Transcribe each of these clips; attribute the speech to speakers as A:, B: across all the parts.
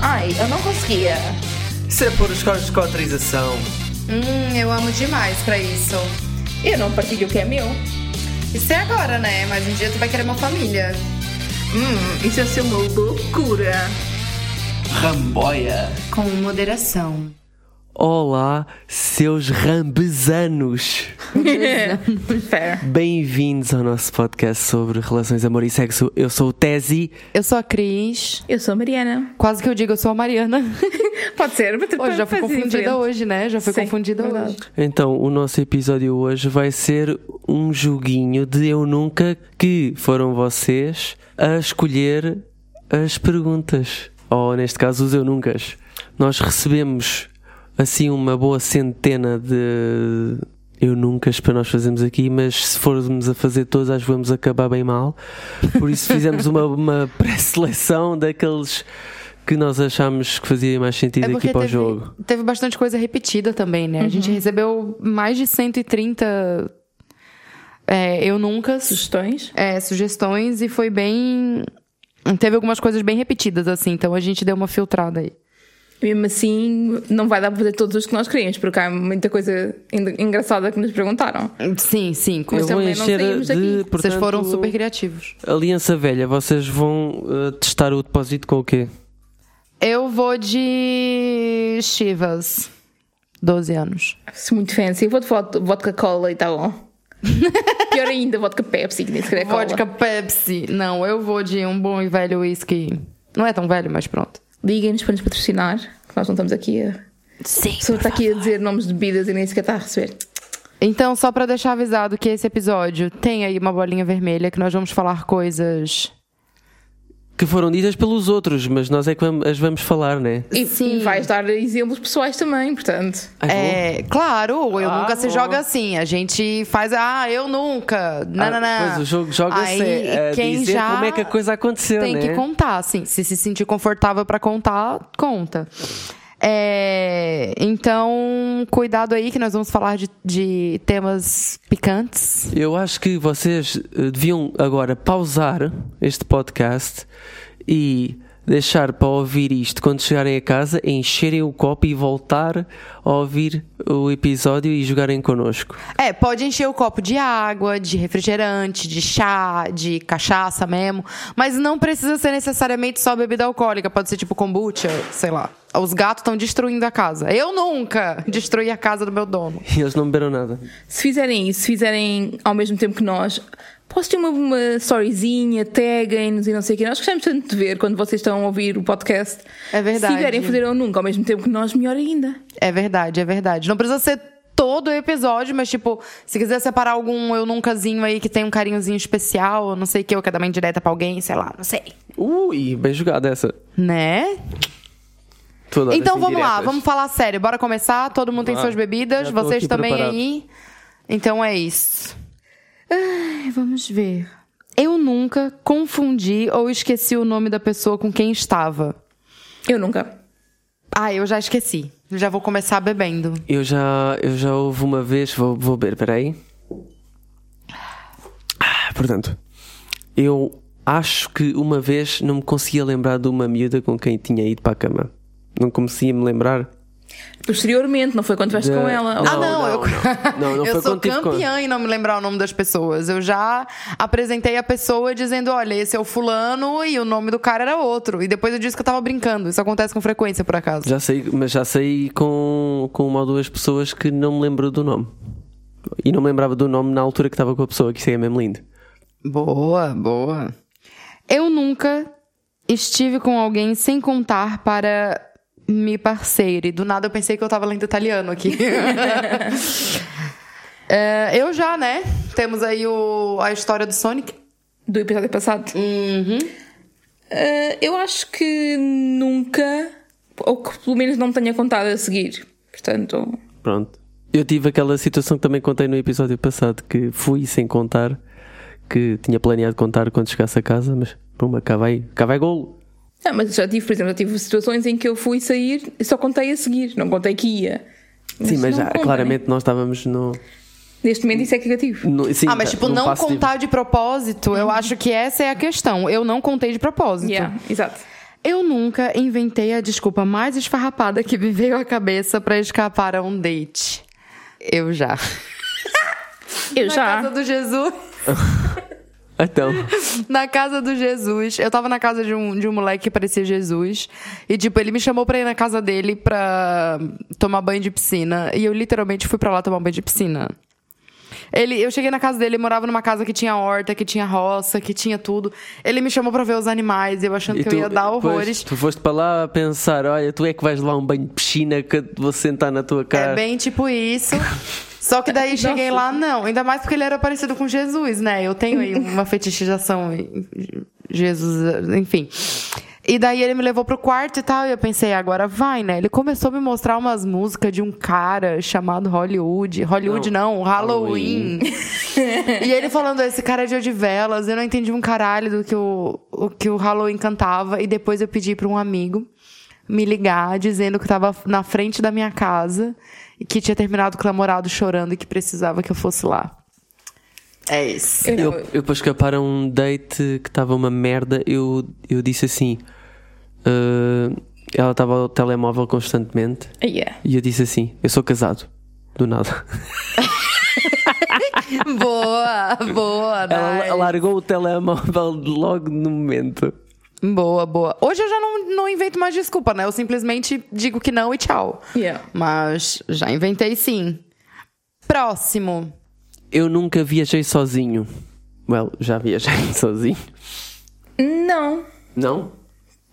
A: Ai, eu não conseguia.
B: Isso é por escotrização.
C: Hum, eu amo demais pra isso.
A: E eu não partilho o que é meu.
C: Isso é agora, né? Mas um dia tu vai querer uma família.
A: Hum, isso ia ser uma loucura.
B: Ramboia.
C: Com moderação.
D: Olá, seus rambezanos!
A: Fair.
D: Bem-vindos ao nosso podcast sobre relações, amor e sexo. Eu sou o Tesi.
E: Eu sou a Cris.
A: Eu sou a Mariana.
E: Quase que eu digo, eu sou a Mariana.
A: Pode ser, mas
E: Hoje já fui
A: faz
E: confundida
A: sentido.
E: hoje, né? Já fui
A: Sim,
E: confundida
A: verdade.
E: hoje.
D: Então, o nosso episódio hoje vai ser um joguinho de Eu Nunca, que foram vocês a escolher as perguntas. Ou, neste caso, os Eu Nuncas. Nós recebemos, assim, uma boa centena de Eu Nuncas para nós fazermos aqui, mas se formos a fazer todos, acho que vamos acabar bem mal. Por isso fizemos uma, uma pré-seleção daqueles que nós achámos que fazia mais sentido aqui para o
E: É teve,
D: jogo.
E: teve bastante coisa repetida também, né? A gente
A: Uhum.
E: recebeu mais de 130 é, eu nunca
A: Sugestões?
E: é, sugestões e foi bem. Teve algumas coisas bem repetidas, assim, então a gente deu uma filtrada aí.
A: Mesmo assim, não vai dar para fazer todos os que nós queríamos, porque há muita coisa en- engraçada que nos perguntaram.
E: Sim, sim. com-
A: Mas
D: Eu vou
A: também não
D: encher
A: saímos
D: de.
A: daqui.
E: Vocês
D: portanto,
E: foram super criativos.
D: Aliança Velha, vocês vão eh, testar o depósito com o quê?
E: Eu vou de Chivas. 12 anos.
A: Se muito fancy, vou de vodka, vodka cola e tá bom. Pior ainda, vodka Pepsi, que nem sequer é cola.
E: Vodka Pepsi. Não, eu vou de um bom e velho whisky. Não é tão velho, mas pronto.
A: Liguem-nos para nos patrocinar, que nós não estamos aqui a. Sim. A pessoa está aqui a dizer nomes de bebidas e nem sequer está a receber.
E: Então, só pra deixar avisado que esse episódio tem aí uma bolinha vermelha que nós vamos falar coisas.
D: Que foram ditas pelos outros, mas nós é que vamos- as vamos falar, né?
A: E,
E: Sim.
A: e vais dar exemplos pessoais também, portanto.
D: Ai, vou.
E: É, claro, eu
D: Ah,
E: nunca se
D: bom.
E: joga assim. A gente faz, ah, eu nunca. Não, não, não.
D: Ah, Pois o jogo joga-se
E: Aí,
D: a
E: quem
D: dizer
E: já
D: como é que a coisa aconteceu,
E: Tem
D: né?
E: que contar, assim. Se se sentir confortável pra contar, conta. É, então, cuidado aí que nós vamos falar de, de temas picantes.
D: Eu acho que vocês eh, deviam agora pausar este podcast e deixar para ouvir isto quando chegarem a casa, encherem o copo e voltar a ouvir o episódio e jogarem connosco.
E: É, pode encher o copo de água, de refrigerante, de chá, de cachaça mesmo. Mas não precisa ser necessariamente só bebida alcoólica. Pode ser tipo kombucha, sei lá. Os gatos estão destruindo a casa. Eu nunca destruí a casa do meu dono.
D: E eles não beberam nada.
A: Se fizerem isso, se fizerem ao mesmo tempo que nós, postem uma, uma storyzinha, taguem-nos e não sei o quê. Nós gostamos tanto de ver quando vocês estão a ouvir o podcast.
E: É verdade.
A: Se tiverem a fazer ou nunca, ao mesmo tempo que nós, melhor ainda.
E: É verdade, é verdade. Não precisa ser todo o episódio, mas tipo, se quiser separar algum eu nuncazinho aí que tem um carinhozinho especial, eu não sei o que, eu quero dar uma indireta pra alguém, sei lá, não sei.
D: Ui, bem jogada essa.
E: Né?
D: Tu adoras
E: Então vamos lá,
D: indiretas.
E: vamos falar sério. Bora começar, todo mundo tem
D: Vá.
E: suas bebidas,
D: Já tô
E: vocês
D: aqui
E: também
D: preparado.
E: aí. Então é isso. Ai, vamos ver. Eu nunca confundi ou esqueci o nome da pessoa com quem estava.
A: Eu nunca.
E: Ah, eu já esqueci. Já vou começar bebendo.
D: Eu já, eu já houve uma vez, vou, vou beber, peraí. Ah, Portanto, eu acho que uma vez não me conseguia lembrar de uma miúda com quem tinha ido para a cama. Não conseguia me lembrar.
A: Posteriormente, não foi quando estiveste
D: Da-
A: com ela.
D: Ah,
E: Ah, não,
D: não,
E: eu,
D: não. Não, não
E: eu
D: foi
E: sou
D: contigo, com-
E: campeã em não me lembrar o nome das pessoas. Eu já apresentei a pessoa dizendo: olha, esse é o fulano e o nome do cara era outro. E depois eu disse que eu tava brincando. Isso acontece com frequência, por acaso.
D: Já saí, mas já saí com, com uma ou duas pessoas que não me lembro do nome. E não me lembrava do nome na altura que estava com a pessoa, que isso aí é mesmo lindo.
E: Boa, boa. Eu nunca estive com alguém sem contar para me parceire. Do nada eu pensei que eu tava lendo italiano aqui. É, eu já, né? Temos aí o- a história do Sonic.
A: Do episódio passado.
E: Uhum.
A: Ah, eu acho que nunca, ou que pelo menos não tenha contado a seguir. Portanto,
D: Pronto. Eu tive aquela situação que também contei no episódio passado, que fui sem contar, que tinha planeado contar quando chegasse a casa, mas puma, cá vai, cá vai golo.
A: não, mas já tive, por exemplo, já tive situações em que eu fui sair e só contei a seguir, não contei que ia.
D: Sim, mas
A: não
D: já,
A: conta,
D: claramente
A: né?
D: nós estávamos no.
A: Neste momento isso é negativo.
D: no- sim,
E: Ah, mas
D: já,
E: tipo,
D: num
E: não Uhum.
D: passo de-
E: contar de propósito, eu acho que essa é a questão. Eu não contei de propósito.
A: Yeah, exato.
E: Eu nunca inventei a desculpa mais esfarrapada que me veio à cabeça pra escapar a um date. Eu já.
A: Eu
E: Na
A: já.
E: casa do Jesus.
D: Então,
E: Na casa do Jesus. Eu tava na casa de um, de um moleque que parecia Jesus. E, tipo, ele me chamou pra ir na casa dele pra tomar banho de piscina. E eu literalmente fui pra lá tomar um banho de piscina. Ele, eu cheguei na casa dele, ele morava numa casa que tinha horta, que tinha roça, que tinha tudo. Ele me chamou pra ver os animais, eu achando
D: e
E: que
D: tu-
E: eu ia dar
D: pois,
E: horrores.
D: tu foste para lá a pensar, olha, tu é que vais lá um banho de piscina que eu vou sentar na tua cara.
E: É bem tipo isso. Só que daí cheguei lá, não. Ainda mais porque ele era parecido com Jesus, né? Eu tenho aí uma fetichização. em Jesus, enfim. E daí ele me levou pro quarto e tal. E eu pensei, agora vai, né? Ele começou a me mostrar umas músicas de um cara chamado Hollywood. Hollywood não, Halloween. e ele falando, esse cara é de de velas. Eu não entendi um caralho do que o, o que o Halloween cantava. E depois eu pedi pra um amigo me ligar dizendo que tava na frente da minha casa e que tinha terminado com o namorado chorando e que precisava que eu fosse lá. É isso.
A: Eu-
D: Eu, eu para escapar a um date que estava uma merda, eu, eu disse assim. ah, ela estava ao telemóvel constantemente
A: Yeah.
D: e eu disse assim: Eu sou casado. Do nada.
E: boa, boa,
D: Ela
E: nice.
D: largou o telemóvel logo no momento.
E: boa, boa. Hoje eu já não, não invento mais desculpa, né? Eu simplesmente digo que não e tchau.
A: Yeah.
E: Mas já inventei sim. Próximo.
D: Eu nunca viajei sozinho. Well, já viajei sozinho.
A: Não.
D: Não?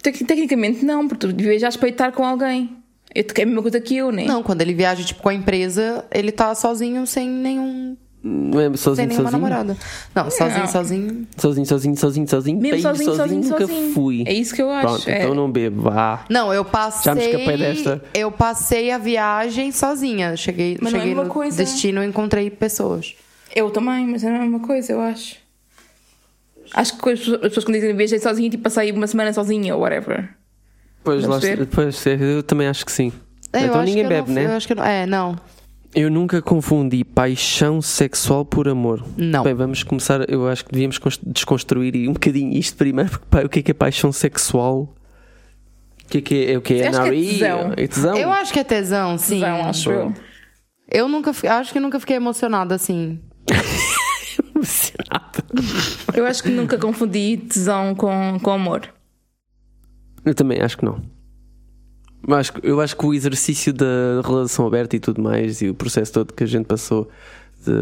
A: Tec- Tecnicamente não, porque tu viajaste para estar com alguém. Eu te- é a mesma coisa que eu, né?
E: Não, quando ele viaja, tipo, com a empresa, ele tá sozinho, sem nenhum...
D: Não é
E: Sem
D: sozinho,
E: nenhuma
D: sozinho.
E: namorada. Não, sozinho, sozinho...
D: Sozinho, sozinho, sozinho, sozinho.
A: Mesmo
D: Bem
A: sozinho, sozinho,
D: nunca
A: sozinho.
D: fui.
A: É isso que eu acho,
D: Pronto,
A: é.
D: então não bebo. Vá.
E: Não, eu passei.
D: Já me escapei desta.
E: Eu passei a viagem sozinha. Cheguei,
A: Mas não é
E: cheguei
A: uma
E: no
A: coisa.
E: destino e encontrei pessoas.
A: Eu também, mas é a mesma coisa, eu acho. Acho que as pessoas as pessoas quando dizem viajei sozinha, tipo, passei uma semana sozinha ou whatever.
D: Pois,
A: Vamos
D: lá,
A: ver.
D: pois, eu também acho que sim.
E: É, eu
D: então
E: acho
D: ninguém
E: que eu
D: bebe,
E: não,
D: né?
E: Eu acho que não. É, não.
D: Eu nunca confundi paixão sexual por amor.
E: Não.
D: Bem, vamos começar. Eu acho que devíamos cons- desconstruir um bocadinho isto primeiro, porque pá, o que é, que é paixão sexual? O que é, que é, é o que é?
A: Eu acho que é
D: NRE?
A: tesão.
D: É tesão?
E: Eu acho que é tesão, sim.
A: Não, Então, acho eu.
E: Eu nunca, fi- acho que nunca fiquei emocionada assim.
A: Eu acho que nunca confundi tesão com, com amor.
D: Eu também acho que não. Eu acho, que- eu acho que o exercício da relação aberta e tudo mais, e o processo todo que a gente passou de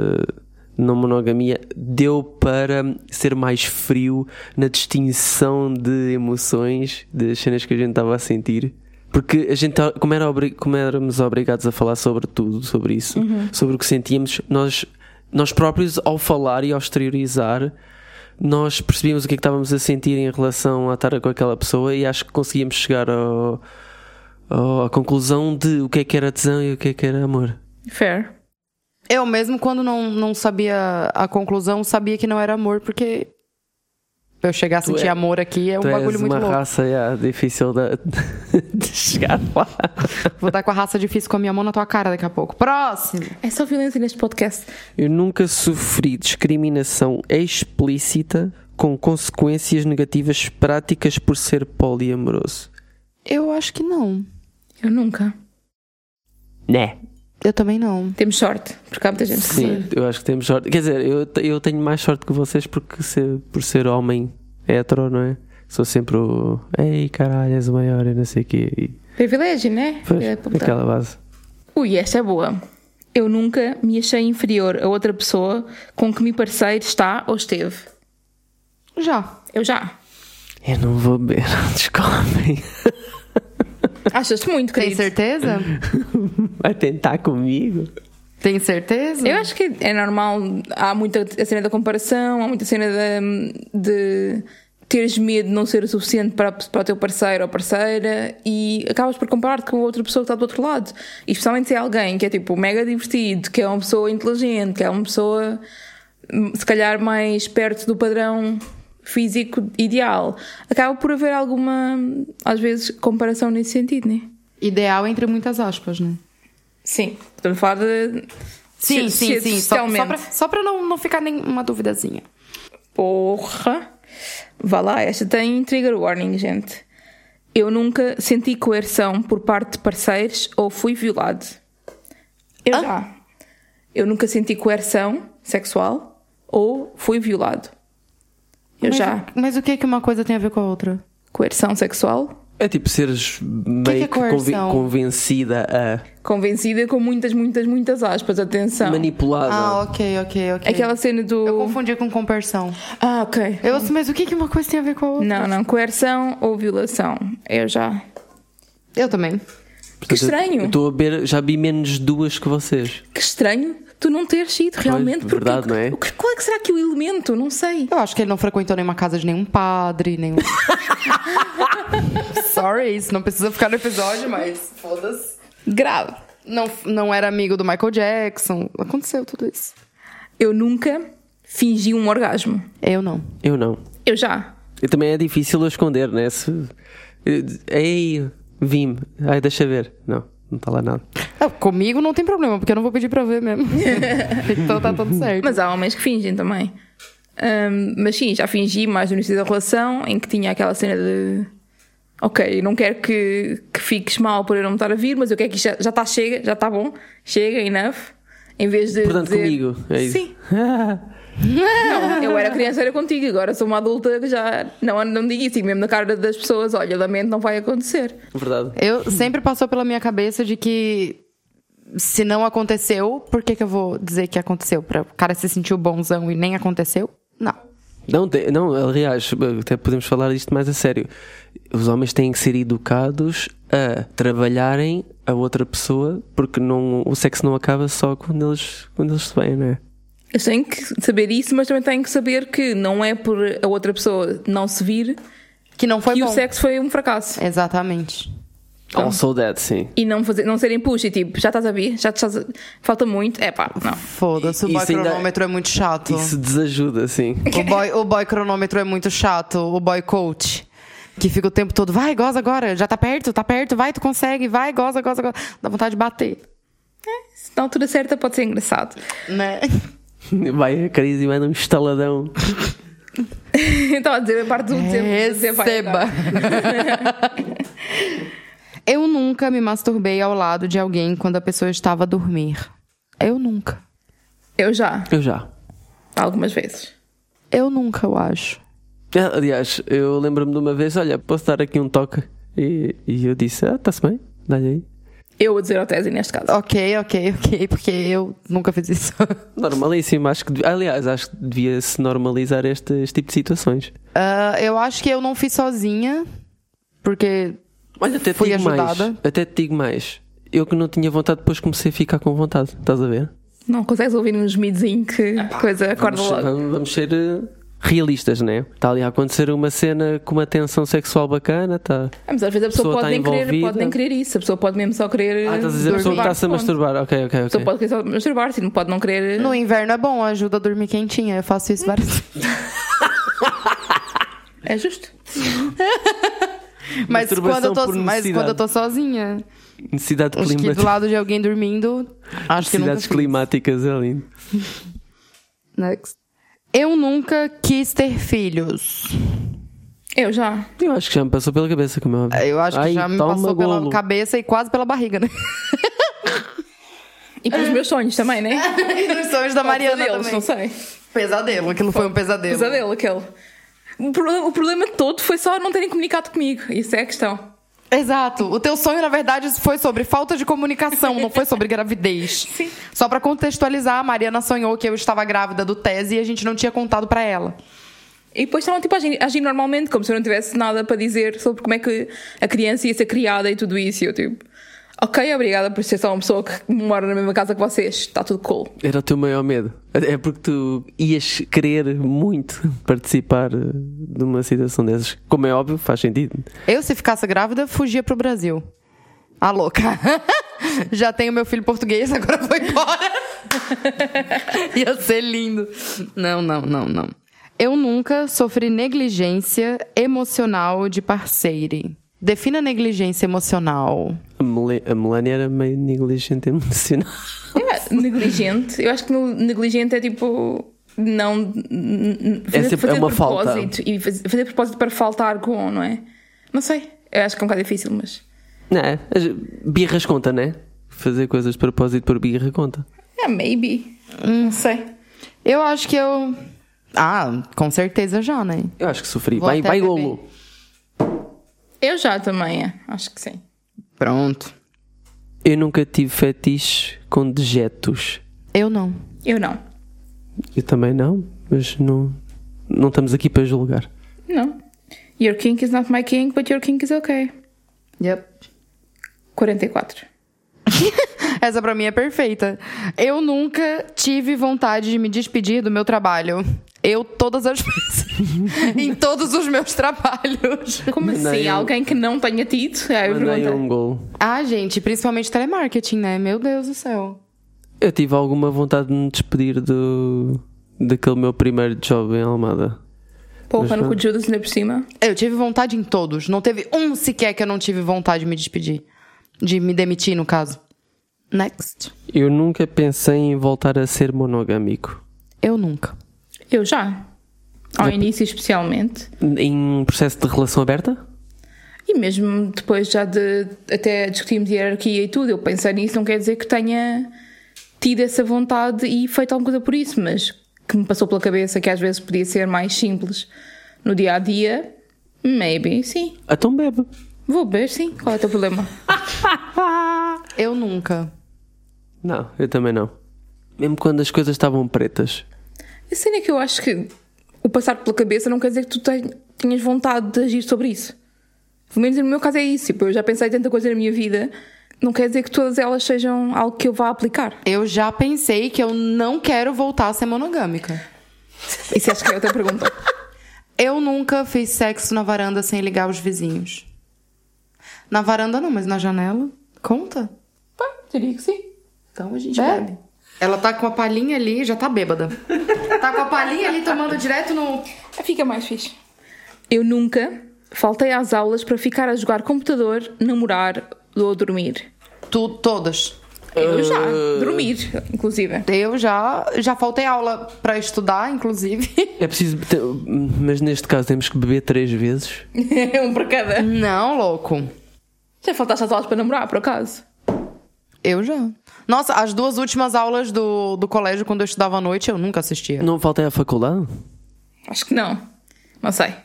D: não monogamia, deu para ser mais frio na distinção de emoções, das cenas que a gente estava a sentir. Porque a gente, tá- como, era obri- como éramos obrigados a falar sobre tudo, sobre isso, sobre o que sentíamos, nós, nós próprios, ao falar e ao exteriorizar, nós percebíamos o que é que estávamos a sentir em relação à estar com aquela pessoa e acho que conseguíamos chegar ao, ao- à conclusão de o que é que era tesão e o que é que era amor.
A: Fair.
E: Eu mesmo quando não, não sabia a conclusão, sabia que não era amor porque pra eu chegar a sentir
D: é-
E: amor aqui é um
D: tu
E: bagulho
D: és
E: muito
D: uma
E: louco.
D: raça yeah, difícil de, de chegar lá.
E: Vou dar com a raça difícil com a minha mão na tua cara daqui a pouco. Próximo.
A: É só violência neste podcast.
D: Eu nunca sofri discriminação explícita com consequências negativas práticas por ser poliamoroso.
E: Eu acho que não.
A: Eu nunca.
D: Né?
E: Eu também não.
A: Temos sorte, porque há muita gente que
D: Sim, eu acho que temos sorte. Quer dizer, eu, te- eu tenho mais sorte que vocês porque ser, por ser homem hetero, não é? Sou sempre o. Ei, caralho, és o maior e não sei o quê. E,
A: Privilégio, né?
D: pois,
A: É, puta.
D: aquela base.
A: Ui, esta é boa. Eu nunca me achei inferior a outra pessoa com que me parceiro está ou esteve.
E: Já.
A: Eu já.
D: Eu não vou beber, descobrem.
A: Achas-te muito,
E: Tem
A: querido.
E: certeza?
D: Vai tentar comigo?
E: Tem certeza?
A: Eu acho que é normal, há muita a cena da comparação, há muita cena da- de, teres medo de não ser o suficiente para, para o teu parceiro ou parceira e acabas por comparar-te com outra pessoa que está do outro lado. E especialmente se é alguém que é tipo mega divertido, que é uma pessoa inteligente, que é uma pessoa hum, se calhar mais perto do padrão físico ideal. Acaba por haver alguma, às vezes, comparação nesse sentido, né?
E: Ideal entre muitas aspas, né?
A: Sim. Estamos a falar de. é
E: Sim, sim, sim. Só, só
A: socialmente.
E: pra, só pra não, não ficar nenhuma duvidazinha.
A: Porra! Vá lá, esta tem trigger warning, gente. Eu nunca senti coerção por parte de parceiros ou fui violado. Eu
E: Ah.
A: já. Eu nunca senti coerção sexual ou fui violado. Eu
E: Mas
A: já.
E: o- Mas o que é que uma coisa tem a ver com a outra?
A: Coerção sexual,
D: É tipo seres meio que
E: é
D: conven-
E: coerção?
D: convencida a
A: convencida com muitas, muitas, muitas aspas, atenção.
D: manipulada.
E: Ah, ok, ok, ok.
A: Aquela cena do.
E: Eu confundi com compersão.
A: Ah, ok.
E: Eu assim, mas o que, que uma coisa tem a ver com a outra?
A: Não, não. Coerção ou violação. Eu já.
E: Eu também.
A: Que estranho.
D: eu Estou a ver, já vi menos duas que vocês.
A: Que estranho tu não teres ido realmente. porque-
D: verdade, não é?
A: o que- Qual é que será que o elemento? Não sei.
E: Eu acho que ele não frequentou nenhuma casa de nenhum padre, nenhum. Sorry, isso não precisa ficar no episódio, mas foda-se.
A: Grave.
E: Não, não era amigo do Michael Jackson. Aconteceu tudo isso.
A: Eu nunca fingi um orgasmo.
E: Eu não.
D: Eu não.
A: Eu já.
D: E também é difícil eu esconder, né? Se... Ei, vim-me. Ai, deixa ver. Não, não está lá nada.
E: Ah, comigo não tem problema, porque eu não vou pedir pra ver mesmo. então tá tudo certo.
A: Mas há homens que fingem também. Ahm, mas sim, já fingi mais no início da relação em que tinha aquela cena de. Ok, não quero que, que fiques mal por eu não me estar a vir, mas eu quero que isto já está chega, já está bom, chega, enough. Em vez de.
D: Portanto,
A: dizer-
D: comigo. É isso.
A: Sim, não, eu era criança, era contigo, agora sou uma adulta que já. Não, não digo isso, digo mesmo na cara das pessoas, olha, lamento, não vai acontecer.
D: Verdade.
E: Eu sempre passou pela minha cabeça de que se não aconteceu, por que, que eu vou dizer que aconteceu? Pra o cara se sentiu bonzão e nem aconteceu? Não.
D: Não, te- não, aliás, até podemos falar disto mais a sério. Os homens têm que ser educados a trabalharem a outra pessoa porque não, o sexo não acaba só quando eles, quando eles se vêm, não é?
A: Eu tenho que saber isso, mas também tenho que saber que não é por a outra pessoa não se vir
E: Que não foi
A: que
E: bom.
A: o sexo foi um fracasso.
E: Exatamente.
D: Also that, sim.
A: E não, fazer, não serem push, e tipo, já estás a vir, já estás a... falta muito, é pá, não.
E: Foda-se, o
D: Isso
E: boy
D: ainda-
E: cronômetro é muito chato.
D: Isso desajuda, sim.
E: O boy, o boy cronômetro é muito chato, o boy coach. Que fica o tempo todo, vai, goza agora, já tá perto, tá perto, vai, tu consegue, vai, goza, goza, goza. Dá vontade de bater,
A: Se na altura certa pode ser engraçado.
E: né?
D: Vai a crise e manda um estaladão.
A: Estava a dizer a parte do tempo. dizer, vai
E: Receba.
A: agora.
E: Eu nunca me masturbei ao lado de alguém quando a pessoa estava a dormir. Eu nunca.
A: Eu já,
D: Eu já.
A: algumas vezes.
E: Eu nunca, eu acho.
D: Ah, Aliás, eu lembro-me de uma vez, olha, posso dar aqui um toque? E, e eu disse, ah, está-se bem, dá-lhe aí.
A: Eu a dizer ao Tese neste caso.
E: Ok, ok, ok, porque eu nunca fiz isso.
D: Normalíssimo, acho que, devia- aliás, acho que devia-se normalizar este, este tipo de situações.
E: Ah, eu acho que eu não fiz sozinha, porque
D: Olha, até te
E: Fui
D: digo mais.
E: ajudada.
D: Até te digo mais. Eu que não tinha vontade, depois comecei a ficar com vontade. Estás a ver?
A: Não consegues ouvir um gemidozinho que coisa acorda
D: vamos,
A: logo.
D: vamos- vamos ser eh, realistas, né? Está ali a acontecer uma cena com uma tensão sexual bacana, tá?
A: Ah, mas às vezes a pessoa,
D: pessoa
A: pode,
D: tá
A: nem querer,
D: envolvida.
A: pode nem querer isso, a pessoa pode mesmo só querer.
D: Ah, estás a dizer a pessoa que
A: dormir.
D: está-se a
A: Pronto.
D: masturbar. Ok, ok,
A: A pessoa
D: ok.
A: pode querer só masturbar-se, não pode não querer.
E: no inverno é bom, ajuda a dormir quentinha. Eu faço isso várias vezes.
A: É justo.
E: Mas quando, eu
D: Masturbação
E: tô,
D: por
E: mas
D: necessidade.
E: quando eu tô sozinha,
D: Necessidade
E: acho que do
D: climática.
E: lado de alguém dormindo, acho que nunca
D: Necessidades
E: fiz.
D: climáticas é lindo.
E: Next. Eu nunca quis ter filhos.
A: Eu já.
D: Eu acho que já me passou pela cabeça, como é óbvio.
E: Eu acho que
D: Ai,
E: já me
D: toma
E: passou pela
D: golo.
E: cabeça e quase pela barriga, né?
A: E pelos meus sonhos também, né?
E: E nos sonhos da Ah, Mariana
A: Pesadelos,
E: também.
A: não sei.
E: Pesadelo, aquilo foi um pesadelo.
A: Pesadelo, aquele. O problema, o problema todo foi só não terem comunicado comigo. Isso é a questão.
E: Exato. O teu sonho, na verdade, foi sobre falta de comunicação, não foi sobre gravidez. Sim. Só pra contextualizar, a Mariana sonhou que eu estava grávida do Tese e a gente não tinha contado pra ela.
A: E depois estavam tipo a agir, a agir normalmente, como se eu não tivesse nada para dizer sobre como é que a criança ia ser criada e tudo isso. E eu tipo, ok, obrigada por ser só uma pessoa que mora na mesma casa que vocês. Está tudo cool.
D: Era o teu maior medo. É porque tu ias querer muito participar eh, de uma situação dessas. Como é óbvio, faz sentido.
E: Eu, se ficasse grávida, fugia pro Brasil. A louca. Já tenho meu filho português, agora vou embora. Ia ser lindo. Não, não, não, não. Eu nunca sofri negligência emocional de parceiro. Defina negligência emocional.
D: A, Mel a Melania era meio negligente emocional.
A: É, negligente. Eu acho que no- negligente é tipo. Não. n- n-
D: É sempre- é uma falta.
A: propósito E faz- fazer propósito para faltar com, não é? Não sei. Eu acho que é um bocado difícil, mas.
D: Não, as birras conta, né? Fazer coisas de propósito por birra conta.
A: É, maybe. Não sei.
E: Eu acho que eu. Ah, com certeza já, né?
D: Eu acho que sofri.
E: Vou
D: Vai,
E: até
D: vai
E: beber.
D: Lolo.
A: Eu já também, é. acho que sim.
E: Pronto.
D: Eu nunca tive fetiche com dejetos.
E: Eu não.
A: Eu não.
D: Eu também não, mas não, não estamos aqui para julgar.
A: Não. Your kink is not my kink, but your kink is okay.
E: Yep.
A: 44.
E: Essa pra mim é perfeita. Eu nunca tive vontade de me despedir do meu trabalho. Eu todas as vezes. em todos os meus trabalhos.
A: Como
D: Mandei
A: assim?
D: um-
A: Alguém que não tenha tido? Ah,
E: É
A: eu
D: Mandei
A: pergunto.
D: um gol.
E: Ah, gente, principalmente telemarketing, né? Meu Deus do céu.
D: Eu tive alguma vontade de me despedir do, daquele meu primeiro job em Almada.
A: Poupa no
D: Mas
A: cu de Judas ainda por cima.
E: Eu tive vontade em todos. Não teve um sequer que eu não tive vontade de me despedir. De me demitir, no caso. Next.
D: Eu nunca pensei em voltar a ser monogâmico.
E: Eu nunca.
A: Eu já. Ao início, especialmente.
D: Em processo de relação aberta?
A: E mesmo depois já de até discutirmos hierarquia e tudo, eu pensar nisso não quer dizer que tenha tido essa vontade e feito alguma coisa por isso, mas que me passou pela cabeça que às vezes podia ser mais simples no dia a dia, maybe, sim.
D: Então bebe.
A: Vou beber, sim. Qual é o teu problema?
E: Eu nunca.
D: Não, eu também não. Mesmo quando as coisas estavam pretas.
A: A cena é que eu acho que o passar pela cabeça não quer dizer que tu ten- tenhas vontade de agir sobre isso. Pelo menos no meu caso é isso. Tipo, eu já pensei tanta coisa na minha vida, não quer dizer que todas elas sejam algo que eu vá aplicar.
E: Eu já pensei que eu não quero voltar a ser monogâmica.
A: Isso acho que é outra pergunta.
E: Eu nunca fiz sexo na varanda sem ligar os vizinhos. Na varanda não, mas na janela. Conta.
A: Pá, diria que sim.
E: Então a gente
D: É?
E: bebe. Ela tá com a palhinha ali, já tá bêbada. tá com a palhinha ali tomando direto no.
A: Fica mais fixe. Eu nunca faltei às aulas para ficar a jogar computador, namorar ou dormir.
E: Tu, todas.
A: Eu já, dormir, inclusive.
E: Eu já, já faltei aula pra estudar, inclusive.
D: É preciso. te- Mas neste caso temos que beber três vezes.
A: um para cada.
E: Não, louco.
A: Já faltaste às aulas para namorar, por acaso?
E: Eu já. Nossa, as duas últimas aulas do, do colégio, quando eu estudava à noite, eu nunca assistia.
D: Não faltei à faculdade?
A: Acho que não. Não sei.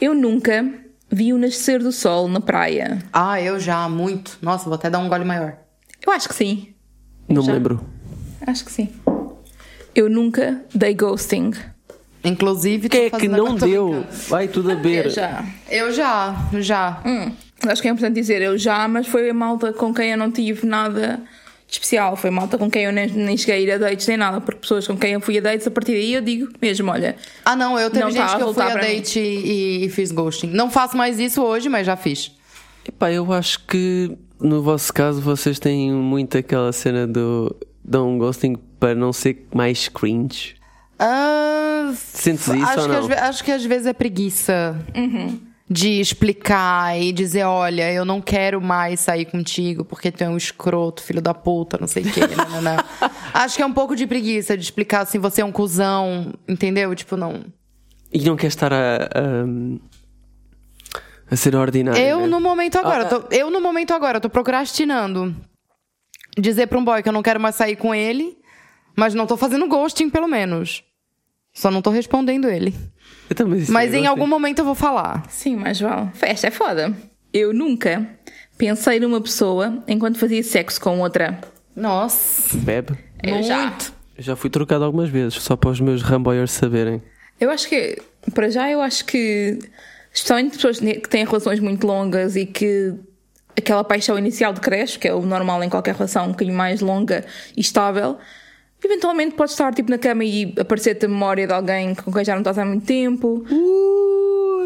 A: Eu nunca vi o nascer do sol na praia.
E: Ah, eu já, muito. Nossa, vou até dar um gole maior.
A: Eu acho que sim.
D: Não
A: Já.
D: me lembro.
A: Acho que sim. Eu nunca dei ghosting.
E: Inclusive,
D: Quem é
E: tô
D: que
E: fazendo
D: não
E: agora- tô
D: deu?
E: brincando.
D: Vai tudo a beber.
A: Eu já.
E: Eu já, já.
A: Hum, acho que é importante dizer, eu já, mas foi a malta com quem eu não tive nada de especial. Foi a malta com quem eu nem, nem cheguei a ir a dates nem nada, porque pessoas com quem eu fui a dates, a partir daí eu digo mesmo: olha,
E: Ah, não, eu teve
A: Não
E: gente
A: tá,
E: que eu fui
A: voltar
E: a
A: pra mim.
E: date e, e fiz ghosting. Não faço mais isso hoje, mas já fiz.
D: Epá, eu acho que no vosso caso vocês têm muito aquela cena do dão um ghosting para não ser mais cringe.
E: Ah,
D: Sentes isso
E: acho,
D: ou
E: que
D: não?
E: às ve- acho que às vezes é preguiça
A: Uhum.
E: de explicar e dizer: olha, eu não quero mais sair contigo porque tu é um escroto, filho da puta, não sei o quê. nananã. acho que é um pouco de preguiça de explicar assim: você é um cuzão, entendeu? Tipo, não.
D: E não quer estar a, a, a ser ordinário.
E: Eu
D: né?
E: no momento agora,
D: Ah,
E: eu tô- eu no momento agora, eu tô procrastinando. Dizer pra um boy que eu não quero mais sair com ele, mas não tô fazendo ghosting, pelo menos. Só não tô respondendo ele.
D: Eu também disse
E: mas em
D: ghosting.
E: algum momento eu vou falar.
A: sim, mais vale. Esta é foda. Eu nunca pensei numa pessoa enquanto fazia sexo com outra.
E: Nossa.
D: Bebe.
A: Eu já.
D: Eu Já fui trocado algumas vezes, só para os meus ramboyers saberem.
A: Eu acho que, para já, eu acho que, especialmente pessoas que têm relações muito longas e que aquela paixão inicial decresce, que é o normal em qualquer relação um bocadinho mais longa e estável, eventualmente podes estar tipo na cama e aparecer-te a memória de alguém com quem já não estás há muito tempo.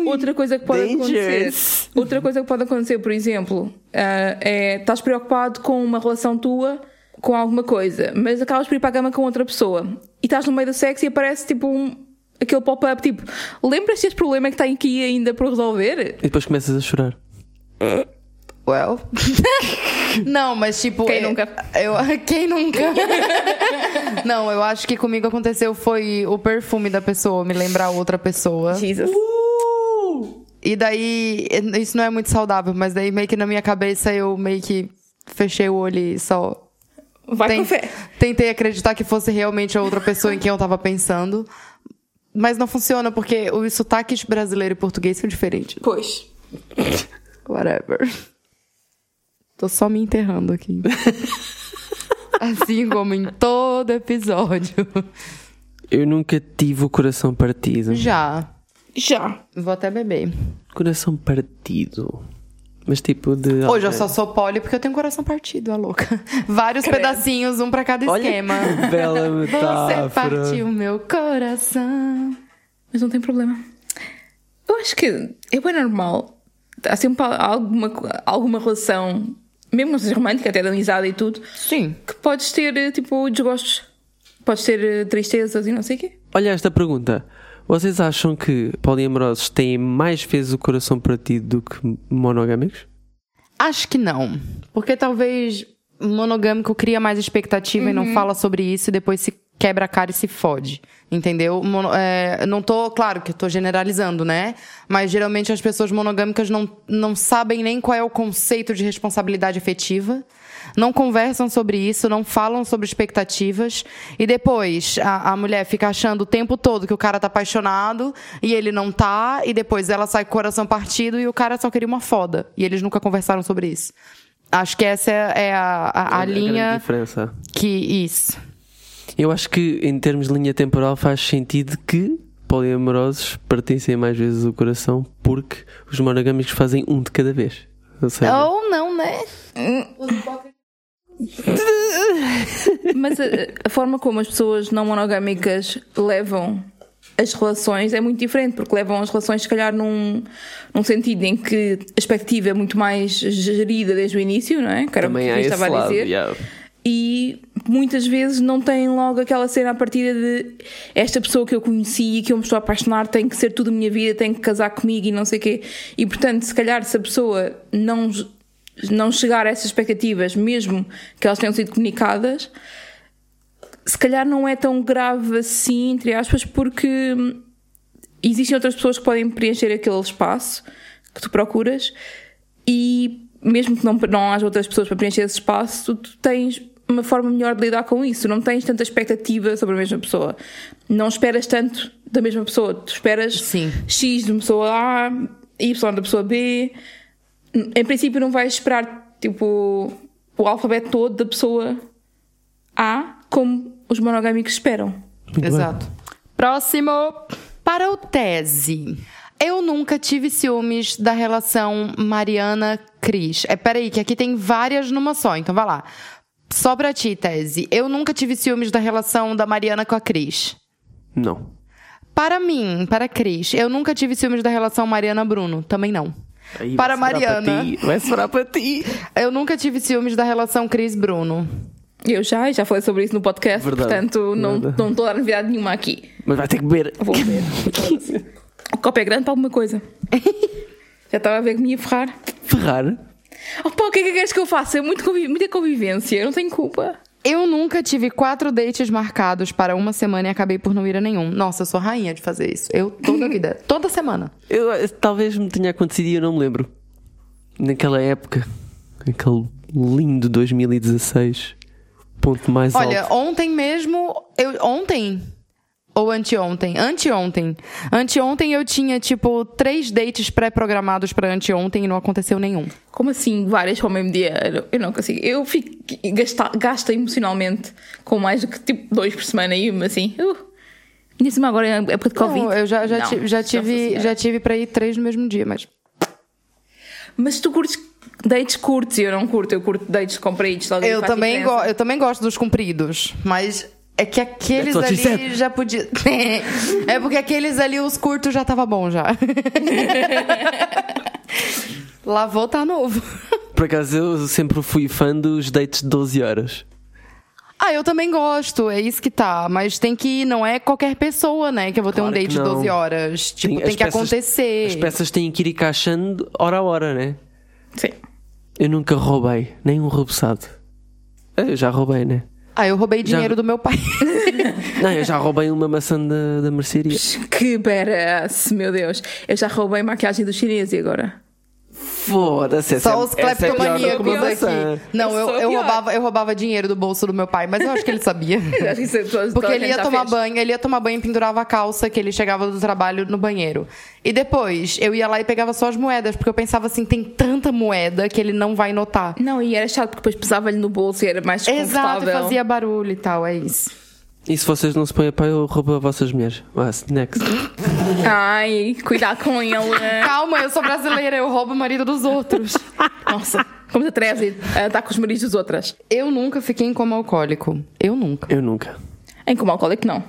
A: Outra coisa que pode
D: dangerous.
A: acontecer, outra coisa que pode acontecer, por exemplo, ah, é estás preocupado com uma relação tua com alguma coisa, mas acabas por ir para a cama com outra pessoa e estás no meio do sexo e aparece tipo um, aquele pop-up tipo lembras-te este problema que tem aqui ainda por resolver?
D: E depois começas a chorar.
E: Well. não, mas tipo.
A: Quem
E: eu-
A: nunca?
E: Eu, quem nunca? não, eu acho que comigo aconteceu foi o perfume da pessoa me lembrar outra pessoa.
A: Jesus.
E: Uh! E daí, isso não é muito saudável, mas daí meio que na minha cabeça eu meio que fechei o olho e só
A: Vai
E: Ten-
A: com fé.
E: Tentei acreditar que fosse realmente a outra pessoa em quem eu tava pensando. Mas não funciona, porque os sotaques brasileiro e português são diferentes.
A: Pois.
E: Whatever. Tô só me enterrando aqui. assim como em todo episódio.
D: Eu nunca tive o coração partido.
E: Já.
A: Já.
E: Vou até beber.
D: Coração partido. Mas tipo de.
E: Hoje eu só sou poli porque eu tenho um coração partido, a louca. Vários pedacinhos, um pra cada
D: Olha
E: esquema.
D: que bela metáfora.
E: Você partiu meu coração.
A: Mas não tem problema. Eu acho que é bem normal. Há sempre alguma, alguma relação, mesmo não seja romântica, até de amizade e tudo,
E: Sim.
A: que podes ter, eh, tipo, desgostos. Podes ter eh, tristezas e não sei o quê.
D: Olha esta pergunta. Vocês acham que poliamorosos têm mais vezes o coração partido do que monogâmicos?
E: Acho que não. Porque talvez monogâmico cria mais expectativa e não fala sobre isso e depois se quebra a cara e se fode. Entendeu? Mono- é, eu não tô, claro que eu tô generalizando, né? Mas geralmente as pessoas monogâmicas não, não sabem nem qual é o conceito de responsabilidade afetiva. Não conversam sobre isso, não falam sobre expectativas. E depois a, a mulher fica achando o tempo todo que o cara tá apaixonado e ele não tá. E depois ela sai com o coração partido e o cara só queria uma foda. E eles nunca conversaram sobre isso. Acho que essa é, é a, a- a
D: É grande
E: linha
D: diferença.
E: que. Isso.
D: Eu acho que em termos de linha temporal faz sentido que poliamorosos pertencem mais vezes o coração porque os monogâmicos fazem um de cada vez. Ou seja,
E: Ou não, né?
A: Mas a, a forma como as pessoas não monogâmicas levam as relações é muito diferente, porque levam as relações, se calhar, num, num sentido em que a expectativa é muito mais gerida desde o início, não é? Que era o
D: também
A: que
D: há
A: eu
D: esse
A: estava a
D: lado.
A: dizer.
D: yeah.
A: E muitas vezes não têm logo aquela cena à partida de esta pessoa que eu conheci e que eu me estou a apaixonar tem que ser tudo a minha vida, tem que casar comigo e não sei o quê. E portanto, se calhar, se a pessoa não, não chegar a essas expectativas, mesmo que elas tenham sido comunicadas, se calhar não é tão grave assim, entre aspas, porque hum, existem outras pessoas que podem preencher aquele espaço que tu procuras e mesmo que não, não haja outras pessoas para preencher esse espaço, tu, tu tens uma forma melhor de lidar com isso. Não tens tanta expectativa sobre a mesma pessoa. Não esperas tanto da mesma pessoa. Tu esperas
E: Sim.
A: X de uma pessoa A, Y da pessoa B. Em princípio, não vais esperar tipo o alfabeto todo da pessoa A como os monogâmicos esperam.
D: bem.
E: Exato. Próximo. Para o tese. Eu nunca tive ciúmes da relação Mariana-Cris. É, peraí, que aqui tem várias numa só, então vai lá. Só pra ti, tese. Eu nunca tive ciúmes da relação da Mariana com a Cris.
D: Não.
E: Para mim, para Cris, eu nunca tive ciúmes da relação Mariana-Bruno. Também não.
D: Aí tá vai
E: para
D: sobrar
E: Mariana,
D: ti, vai sobrar para ti.
E: eu nunca tive ciúmes da relação Cris-Bruno.
A: Eu já, já falei sobre isso no podcast,
D: Verdade.
A: portanto não,
D: Nada.
A: não estou a dar novidade nenhuma aqui.
D: Mas vai ter que beber.
A: Vou ver. o copo é grande para alguma coisa. Já estava a ver que me ia ferrar.
D: Ferrar.
A: Oh, pá, o que é que queres que eu faça? É muito convi- muita convivência, eu não tenho culpa.
E: Eu nunca tive quatro dates marcados para uma semana e acabei por não ir a nenhum. Nossa, eu sou rainha de fazer isso. Eu toda vida, toda semana.
D: Eu, eh, talvez me tenha acontecido e eu não me lembro. Naquela época, aquele lindo 2016, ponto mais
E: Olha,
D: alto.
E: ontem mesmo, eu ontem ou anteontem, anteontem. Anteontem eu tinha tipo três dates pré-programados para anteontem e não aconteceu nenhum.
A: Como assim várias ao mesmo dia? Eu- Eu não consigo. Eu fico gasta, gasta emocionalmente com mais do que tipo dois por semana e uma assim. Uh, disse me agora é época de Covid.
E: Não, eu já já
A: Não, é.
E: tive, já
A: Nossa
E: tive,
A: Senhora.
E: já tive para ir três no mesmo dia, mas
A: Mas tu curtes dates curtos e eu não curto, eu curto dates compridos. talvez
E: eu
A: faça
E: também
A: diferença.
E: go- eu também gosto dos compridos, mas é que aqueles
D: That's what she
E: ali já podia. é porque aqueles ali, os curtos já tava bom já. Lavou, tá novo.
D: Por acaso eu sempre fui fã dos dates de 12 horas.
E: Ah, eu também gosto, é isso que tá. Mas tem que ir, não é qualquer pessoa, né? Que eu vou ter
D: Claro
E: um
D: que
E: date de
D: não.
E: 12 horas. Tipo, tem,
D: as
E: que
D: peças-
E: acontecer.
D: As peças têm que ir encaixando hora a hora, né?
A: Sim.
D: Eu nunca roubei, nem um roubçado. Eu já roubei, né?
E: Ah, eu roubei dinheiro do meu pai.
D: Não, eu já roubei uma maçã da, da mercearia.
A: Que badass, meu Deus. Eu já roubei maquiagem do chinês e agora?
D: Foda-se, essa
E: Só os
D: essa é a pior
E: cleptomaníacos
D: recomendação.
E: aqui. Não,
A: Eu
E: eu,
A: sou
E: eu,
A: pior.
E: roubava, eu roubava dinheiro do bolso do meu pai, mas eu acho que ele sabia.
A: Eu acho que isso é toda- toda
E: Porque
A: a
E: ele
A: gente
E: ia
A: já
E: tomar
A: fez.
E: banho, ele ia tomar banho e pendurava a calça que ele chegava do trabalho no banheiro. E depois eu ia lá e pegava só as moedas, porque eu pensava assim, tem tanta moeda que ele não vai notar.
A: Não, e era chato porque depois pesava-lhe no bolso e era mais
E: Exato,
A: desconfortável.
E: e fazia barulho e tal, é isso.
D: E se vocês não se põem a pau, eu roubo a vossas mulheres. Mas, next.
A: Ai, cuidado com ele.
E: Calma, eu sou brasileira, eu roubo o marido dos outros.
A: Nossa, como te atreves a estar com os maridos dos outras?
E: Eu nunca fiquei em coma alcoólico. Eu
A: Tá,
E: nunca.
D: Eu nunca.
A: Em como alcoólico, não.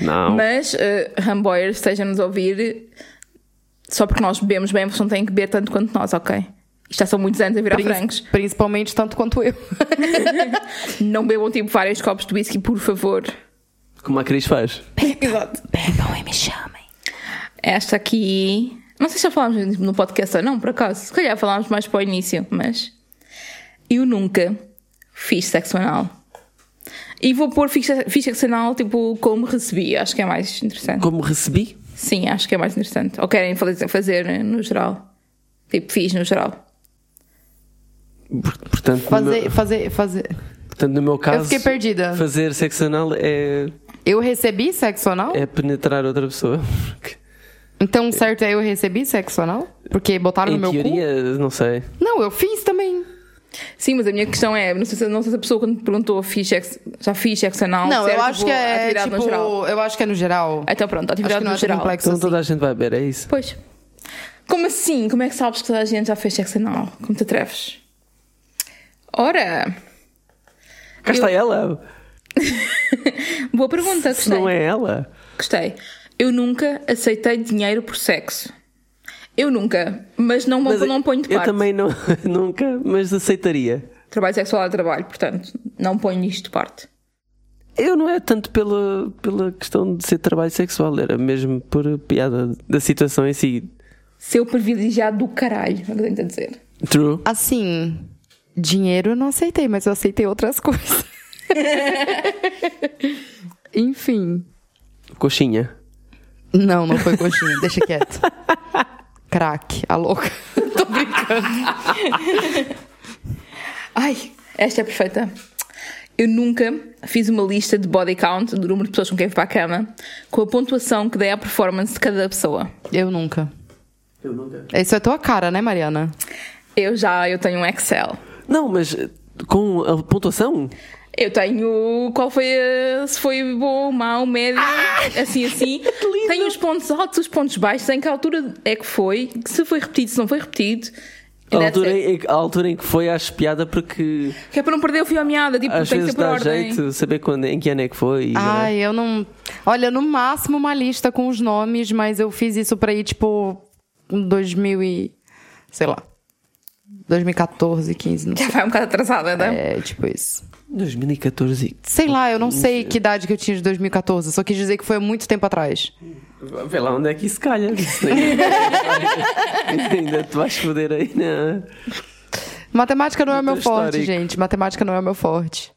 D: Não.
A: Mas, uh, Ramboyer, esteja-nos a ouvir, só porque nós bebemos bem, vocês não têm que beber tanto quanto nós, ok? Isto já são muitos anos a virar
E: Prin-
A: francos.
E: Principalmente tanto quanto eu.
A: Não bebam tipo vários copos de whisky, por favor.
D: Como a Cris faz.
E: Pegam e me chamem.
A: Esta aqui. Não sei se já falámos no podcast ou não, por acaso. Se calhar falámos mais para o início, mas. Eu nunca fiz sexo anal. E vou pôr fiz fiz sexo anal tipo como recebi, acho que é mais interessante.
D: Como recebi?
A: Sim, acho que é mais interessante. Ou querem fazer, fazer né, no geral? Tipo, fiz no geral.
D: Por- Portanto, no
E: Fazer,
D: meu,
E: fazer, fazer.
D: portanto, no meu caso,
E: Eu fiquei perdida.
D: fazer sexo anal é,
E: Eu recebi sexo anal?
D: é penetrar outra pessoa.
E: Então o certo é eu recebi sexo anal? Porque botaram
D: em
E: Tá no meu cu?
D: teoria, não sei.
E: Não, eu fiz também.
A: Sim, mas a minha questão é, não sei se, não sei se a pessoa quando me perguntou fiz sexo, já fiz sexo anal,
E: não,
A: se era,
E: eu acho
A: tipo,
E: que é
A: atividade no
E: tipo,
A: geral.
E: eu acho que é no geral.
A: Então pronto,
E: acho
A: atividade
E: que não
A: no
E: é
A: geral.
E: tão complexo
D: Então
E: assim.
D: toda a gente vai beber, é isso?
A: Pois. Como assim? Como é que sabes que toda a gente já fez sexo anal? Como te atreves? Ora,
D: Cá está ela!
A: boa pergunta,
D: Se
A: gostei.
D: não é ela.
A: Gostei. Eu nunca aceitei dinheiro por sexo. Eu nunca, mas não,
D: Mas
A: Então não ponho de
D: eu
A: parte.
D: também não, nunca, mas aceitaria.
A: Trabalho sexual é trabalho, portanto, não ponho isto de parte.
D: Eu não é tanto pela, pela questão de ser trabalho sexual, era mesmo por piada da situação em si.
A: Seu privilegiado do caralho, é o que eu tenho a dizer.
D: True.
E: Assim, dinheiro eu não aceitei, mas eu aceitei outras coisas. Enfim.
D: Coxinha.
E: Não, não foi coxinha, deixa quieto. Crack, a louca. Tô brincando.
A: Ai, esta é perfeita. Eu nunca fiz uma lista de body count, do número de pessoas com quem fui para a cama, com a pontuação que dei à performance de cada pessoa.
E: Eu nunca. Eu nunca. Isso é tua cara, né, Mariana?
A: Eu já, eu tenho um Excel.
D: Não, mas eh, com a pontuação?
A: Eu tenho qual foi a- se foi bom, mau, médio, assim, assim. tenho os pontos altos, os pontos baixos, em que altura é que foi, se foi repetido, se não foi repetido.
D: A
A: And that's
D: altura,
A: it.
D: em, a altura em que foi, acho piada porque
A: Que é para não perder o fio à meada, tipo,
D: às
A: tem que
D: vezes
A: ser por
D: dá
A: ordem.
D: jeito saber quando, em que ano é que foi. e,
E: Ai, eu não. Olha, no máximo uma lista com os nomes, mas eu fiz isso pra ir, tipo, em 2000 e. sei lá. 2014, 15, não sei.
A: Já vai um bocado atrasada, não é?
E: É, tipo isso.
D: eh, 2014.
E: Sei lá, eu não sei que idade que eu tinha de 2014, eu só quis dizer que foi muito tempo atrás.
D: Vê lá onde é que isso calha. Isso ainda- ainda te vais foder aí é? na.
E: Matemática não é
D: Muito
E: meu forte,
D: histórico.
E: gente. Matemática não é meu forte.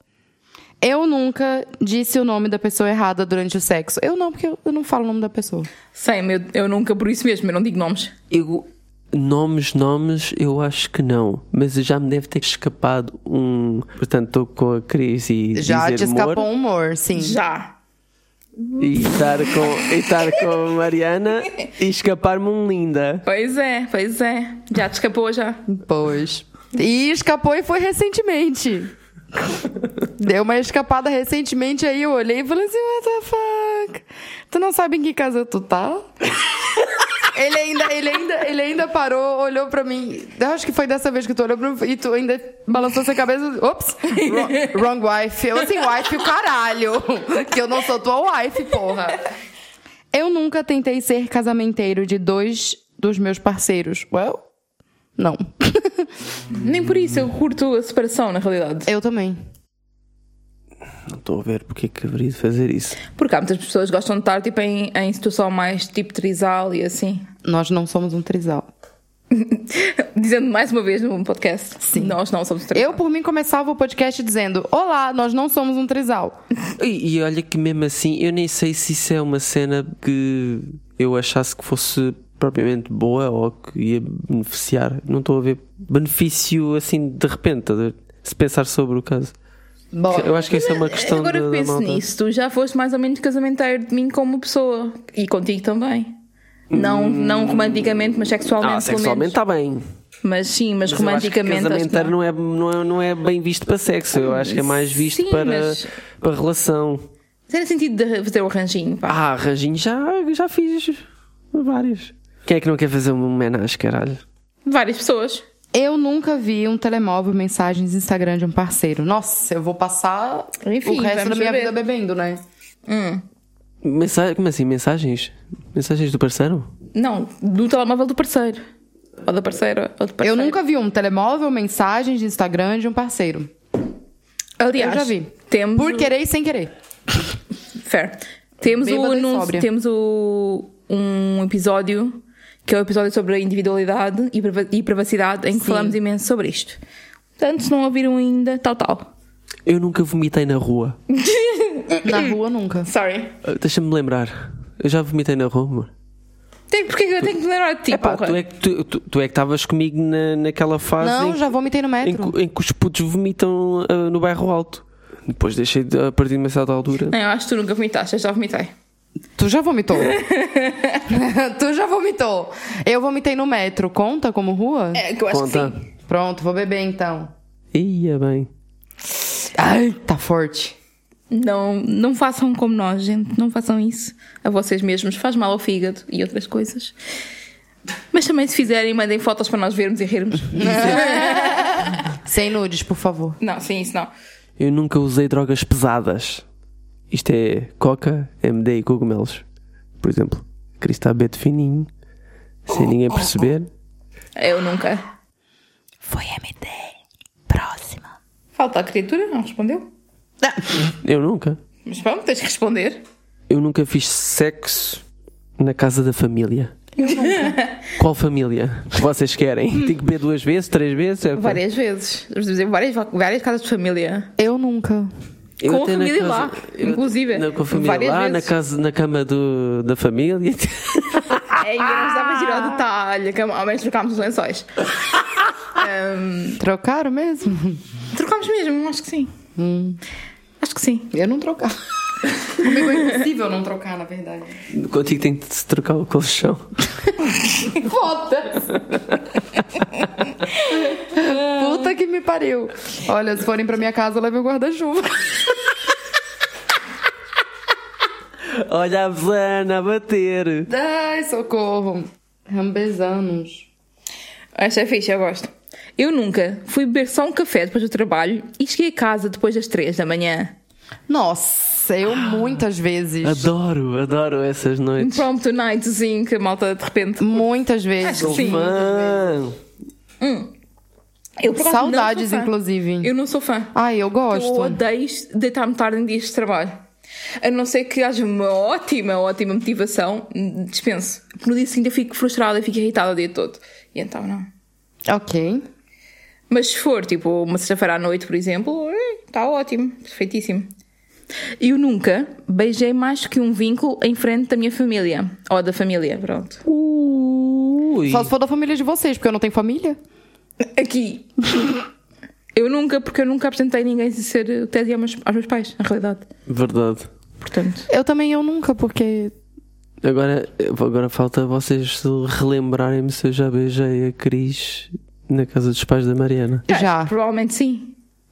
E: Eu nunca disse o nome da pessoa errada durante o sexo. Eu não, porque eu eu não falo o nome da pessoa.
A: Sim, eu, eu nunca, por isso mesmo, eu não digo nomes.
D: Eu, nomes, nomes, eu acho que não. Mas já me deve ter escapado um. Portanto, estou com a Cris e.
E: Já
D: dizer
E: te escapou
D: humor,
E: um humor, sim.
A: Já. um.
D: E estar com, e estar com a Mariana e escapar-me um linda.
A: Pois é, pois é. Já te escapou, já.
E: Pois. E escapou e foi recentemente. Deu uma escapada recentemente aí, eu olhei e falei assim, what the fuck? Tu não sabe em que casa tu tá? ele ainda, ele ainda, ele ainda parou, olhou pra mim. Eu acho que foi dessa vez que tu olhou pra mim e tu ainda balançou sua cabeça. Ops, wrong, wrong wife. Eu assim, wife o caralho. Que eu não sou tua wife, porra. Eu nunca tentei ser casamenteiro de dois dos meus parceiros. Well, não.
A: Nem por isso eu curto a separação, na realidade.
E: Eu também.
D: Não estou a ver porque é que haveria de fazer isso.
A: Porque há muitas pessoas que gostam de estar tipo, em, em situação mais tipo trisal e assim.
E: Nós não somos um trisal.
A: Dizendo mais uma vez no podcast. Sim. Nós não somos três.
E: Eu, por mim, começava o podcast dizendo: Olá, nós não somos um trisal.
D: E, e olha que mesmo assim, eu nem sei se isso é uma cena que eu achasse que fosse propriamente boa ou que ia beneficiar. Não estou a ver benefício assim de repente, estás a ver? se pensar sobre o caso.
E: Bom,
D: Eu acho que isso é uma questão
A: Oh, Agora
D: da,
A: eu
D: da
A: penso
D: malta.
A: nisso. Tu já foste mais ou menos casamenteiro de mim como pessoa. E contigo também. Não, não romanticamente, mas sexualmente.
D: Hum. Ah, sexualmente
A: pelo
D: está bem.
A: menos. Mas sim,
D: Mas
A: mas,
D: eu acho que
A: romanticamente. acho que
D: Casamenteiro não é, não, é, não é bem visto para sexo. Eu acho que é mais visto
A: Sim,
D: para,
A: mas-
D: para relação.
A: Tem é sentido de fazer o arranjinho, pá.
D: Ah, Ranginho, já, já fiz vários. Quem é que não quer fazer uma homenagem, caralho?
A: Várias pessoas.
E: eu nunca vi um telemóvel, mensagens, Instagram de um parceiro. Nossa, eu vou passar
A: Enfim,
E: o resto da
A: vamos
E: minha
A: ver.
E: vida bebendo, né?
D: Mensa- Como assim? Mensagens? Mensagens do parceiro?
A: Não, do telemóvel do parceiro. Ou da parceira, ou do
E: Eu
A: parceiro.
E: nunca vi um telemóvel, mensagens, Instagram de um parceiro.
A: Aliás,
E: eu já vi.
A: Temos um-
E: Por querer e sem querer.
A: Fair. Temos, o
E: Bêbada e
A: anúncio-
E: sóbria.
A: temos o, um episódio que é o episódio sobre a individualidade e priva- e privacidade, em que falamos imenso sobre isto. Portanto, se não ouviram ainda, tal, tal.
D: Eu nunca vomitei na rua.
E: Na rua, nunca.
A: Sorry.
D: Ah, Deixa-me lembrar. Eu já vomitei na rua, amor.
A: Tem, porque eu tenho que lembrar de ti,
D: Epá,
A: porra?
D: tu é que tu, tu- tu é que estavas comigo na, naquela fase em,
E: Não, já vomitei no
A: é
D: em
E: metro.
D: que- em que os putos vomitam ah, no bairro alto. Depois deixei de- a partir de uma certa altura.
A: Não, eu acho que tu nunca vomitaste, eu já vomitei.
E: Tu já vomitou? tu já vomitou? Eu vomitei no metro. Conta como rua?
A: É, que eu acho
D: Conta.
A: que sim.
E: Pronto, vou beber então.
D: Ia bem.
E: Ai, tá forte.
A: Não, não façam como nós, gente. Não façam isso a vocês mesmos. Faz mal ao fígado e outras coisas. Mas também, se fizerem, mandem fotos para nós vermos e rirmos.
E: Sem nudes, por favor.
A: não, sim, isso não.
D: Eu nunca usei drogas pesadas. Isto é coca, MD e cogumelos. Por exemplo, cristal beto fininho,
A: Oh,
D: sem ninguém perceber.
A: Eu nunca. Foi MD. Próxima. Falta a criatura, não respondeu.
E: Ah.
D: Eu nunca.
A: Mas pronto, tens que responder.
D: Eu nunca fiz sexo na casa da família. Qual família? Vocês querem? Tenho que beber duas vezes, três vezes? É, pá.
A: Hum. Várias vezes. Vamos dizer, várias, várias casas de família.
E: Eu nunca.
D: Eu
A: Com a
D: até na
A: família lá,
D: eu-
A: inclusive.
D: na- com a família
A: Várias
D: lá, na,
A: vezes.
D: casa, na cama do, da família.
A: É, ainda não estava girar o detalhe, que ao menos trocámos os lençóis.
E: Trocaram mesmo?
A: Trocámos mesmo, acho que sim. Hum. Acho que sim.
E: Eu não trocava. Comigo é impossível não trocar, na verdade.
D: Contigo tem de se trocar o colchão.
E: Foda! Puta que me pariu. Olha, se forem pra minha casa, levem o guarda-chuva.
D: Olha a Velana a bater.
E: Ai, socorro. Rambezanos.
A: Esta é fixe, eu gosto. Eu nunca fui beber só um café depois do trabalho e cheguei a casa depois das três da manhã.
E: Nossa, eu muitas vezes.
D: Adoro, adoro essas noites.
A: Impromptu nightzinho que a malta de repente.
E: Muitas vezes.
A: Acho que sim.
D: Mano,
A: Eu, por acaso, não sou
E: Saudades,
A: fã.
E: inclusive.
A: Eu não sou fã.
E: Ai, eu
A: Eu
E: gosto.
A: odeio deitar-me tarde em dias de trabalho. A não ser que haja uma ótima, ótima motivação, hum, dispenso. Porque no dia seguinte eu fico frustrada e fico irritada o dia todo. E então não.
E: Ok.
A: Mas se for, tipo, uma sexta-feira à noite, por exemplo, está ótimo, perfeitíssimo. Eu nunca beijei mais que um vínculo em frente da minha família. Ou da família, pronto.
D: Ui.
E: Só se for da família de vocês, porque eu não tenho família.
A: Aqui. eu nunca, porque eu nunca apresentei ninguém sem ser Teddy aos meus, aos meus pais, na realidade.
D: Verdade.
A: Portanto.
E: Eu também, eu nunca, porque.
D: Agora, agora falta vocês relembrarem-me se eu já beijei a Cris na casa dos pais da Mariana.
E: Já.
A: Provavelmente sim.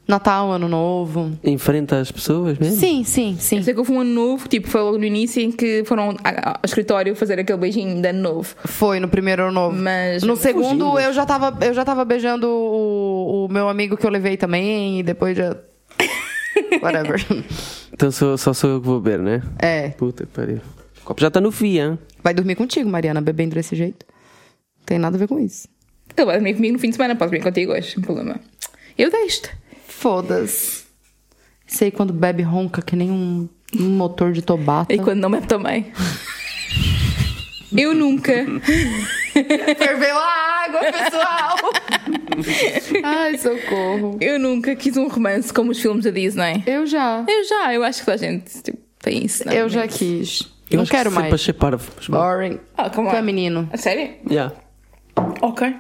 E: Natal, Ano Novo.
D: Em frente às pessoas mesmo?
E: Sim, sim, sim.
A: Sei que houve um ano novo, tipo, foi logo no início em que foram a- a- ao escritório fazer aquele beijinho de ano novo.
E: Foi no primeiro Ano Novo.
A: Mas.
E: No segundo, eu já tava, eu já tava beijando o, o meu amigo que eu levei também, e depois já. Whatever.
D: Então sou- só sou eu que vou beber, né?
E: É.
D: Puta que pariu. O copo já está no fio, hein?
E: Vai dormir contigo, Mariana, bebendo desse jeito. Tem nada a ver com isso.
A: Ele vai dormir comigo no fim de semana, pode vir contigo hoje, sem problema. Eu deixo-te.
E: Foda-se. Sei quando bebe ronca que nem um, um motor de tobata.
A: E quando não bebe também. eu nunca.
E: ferveu a água, pessoal! Ai, socorro.
A: Eu nunca quis um romance como os filmes da Disney.
E: Eu já.
A: Eu já, eu acho que toda a gente tipo, tem isso, não é?
E: Eu já quis.
D: Eu
E: não
D: acho que
E: quero
D: sempre
E: mais.
D: achei parvo. mas bom.
E: Boring.
A: Ah, come
E: Tu é
A: on.
E: menino.
A: A sério?
D: Yeah.
A: Ok.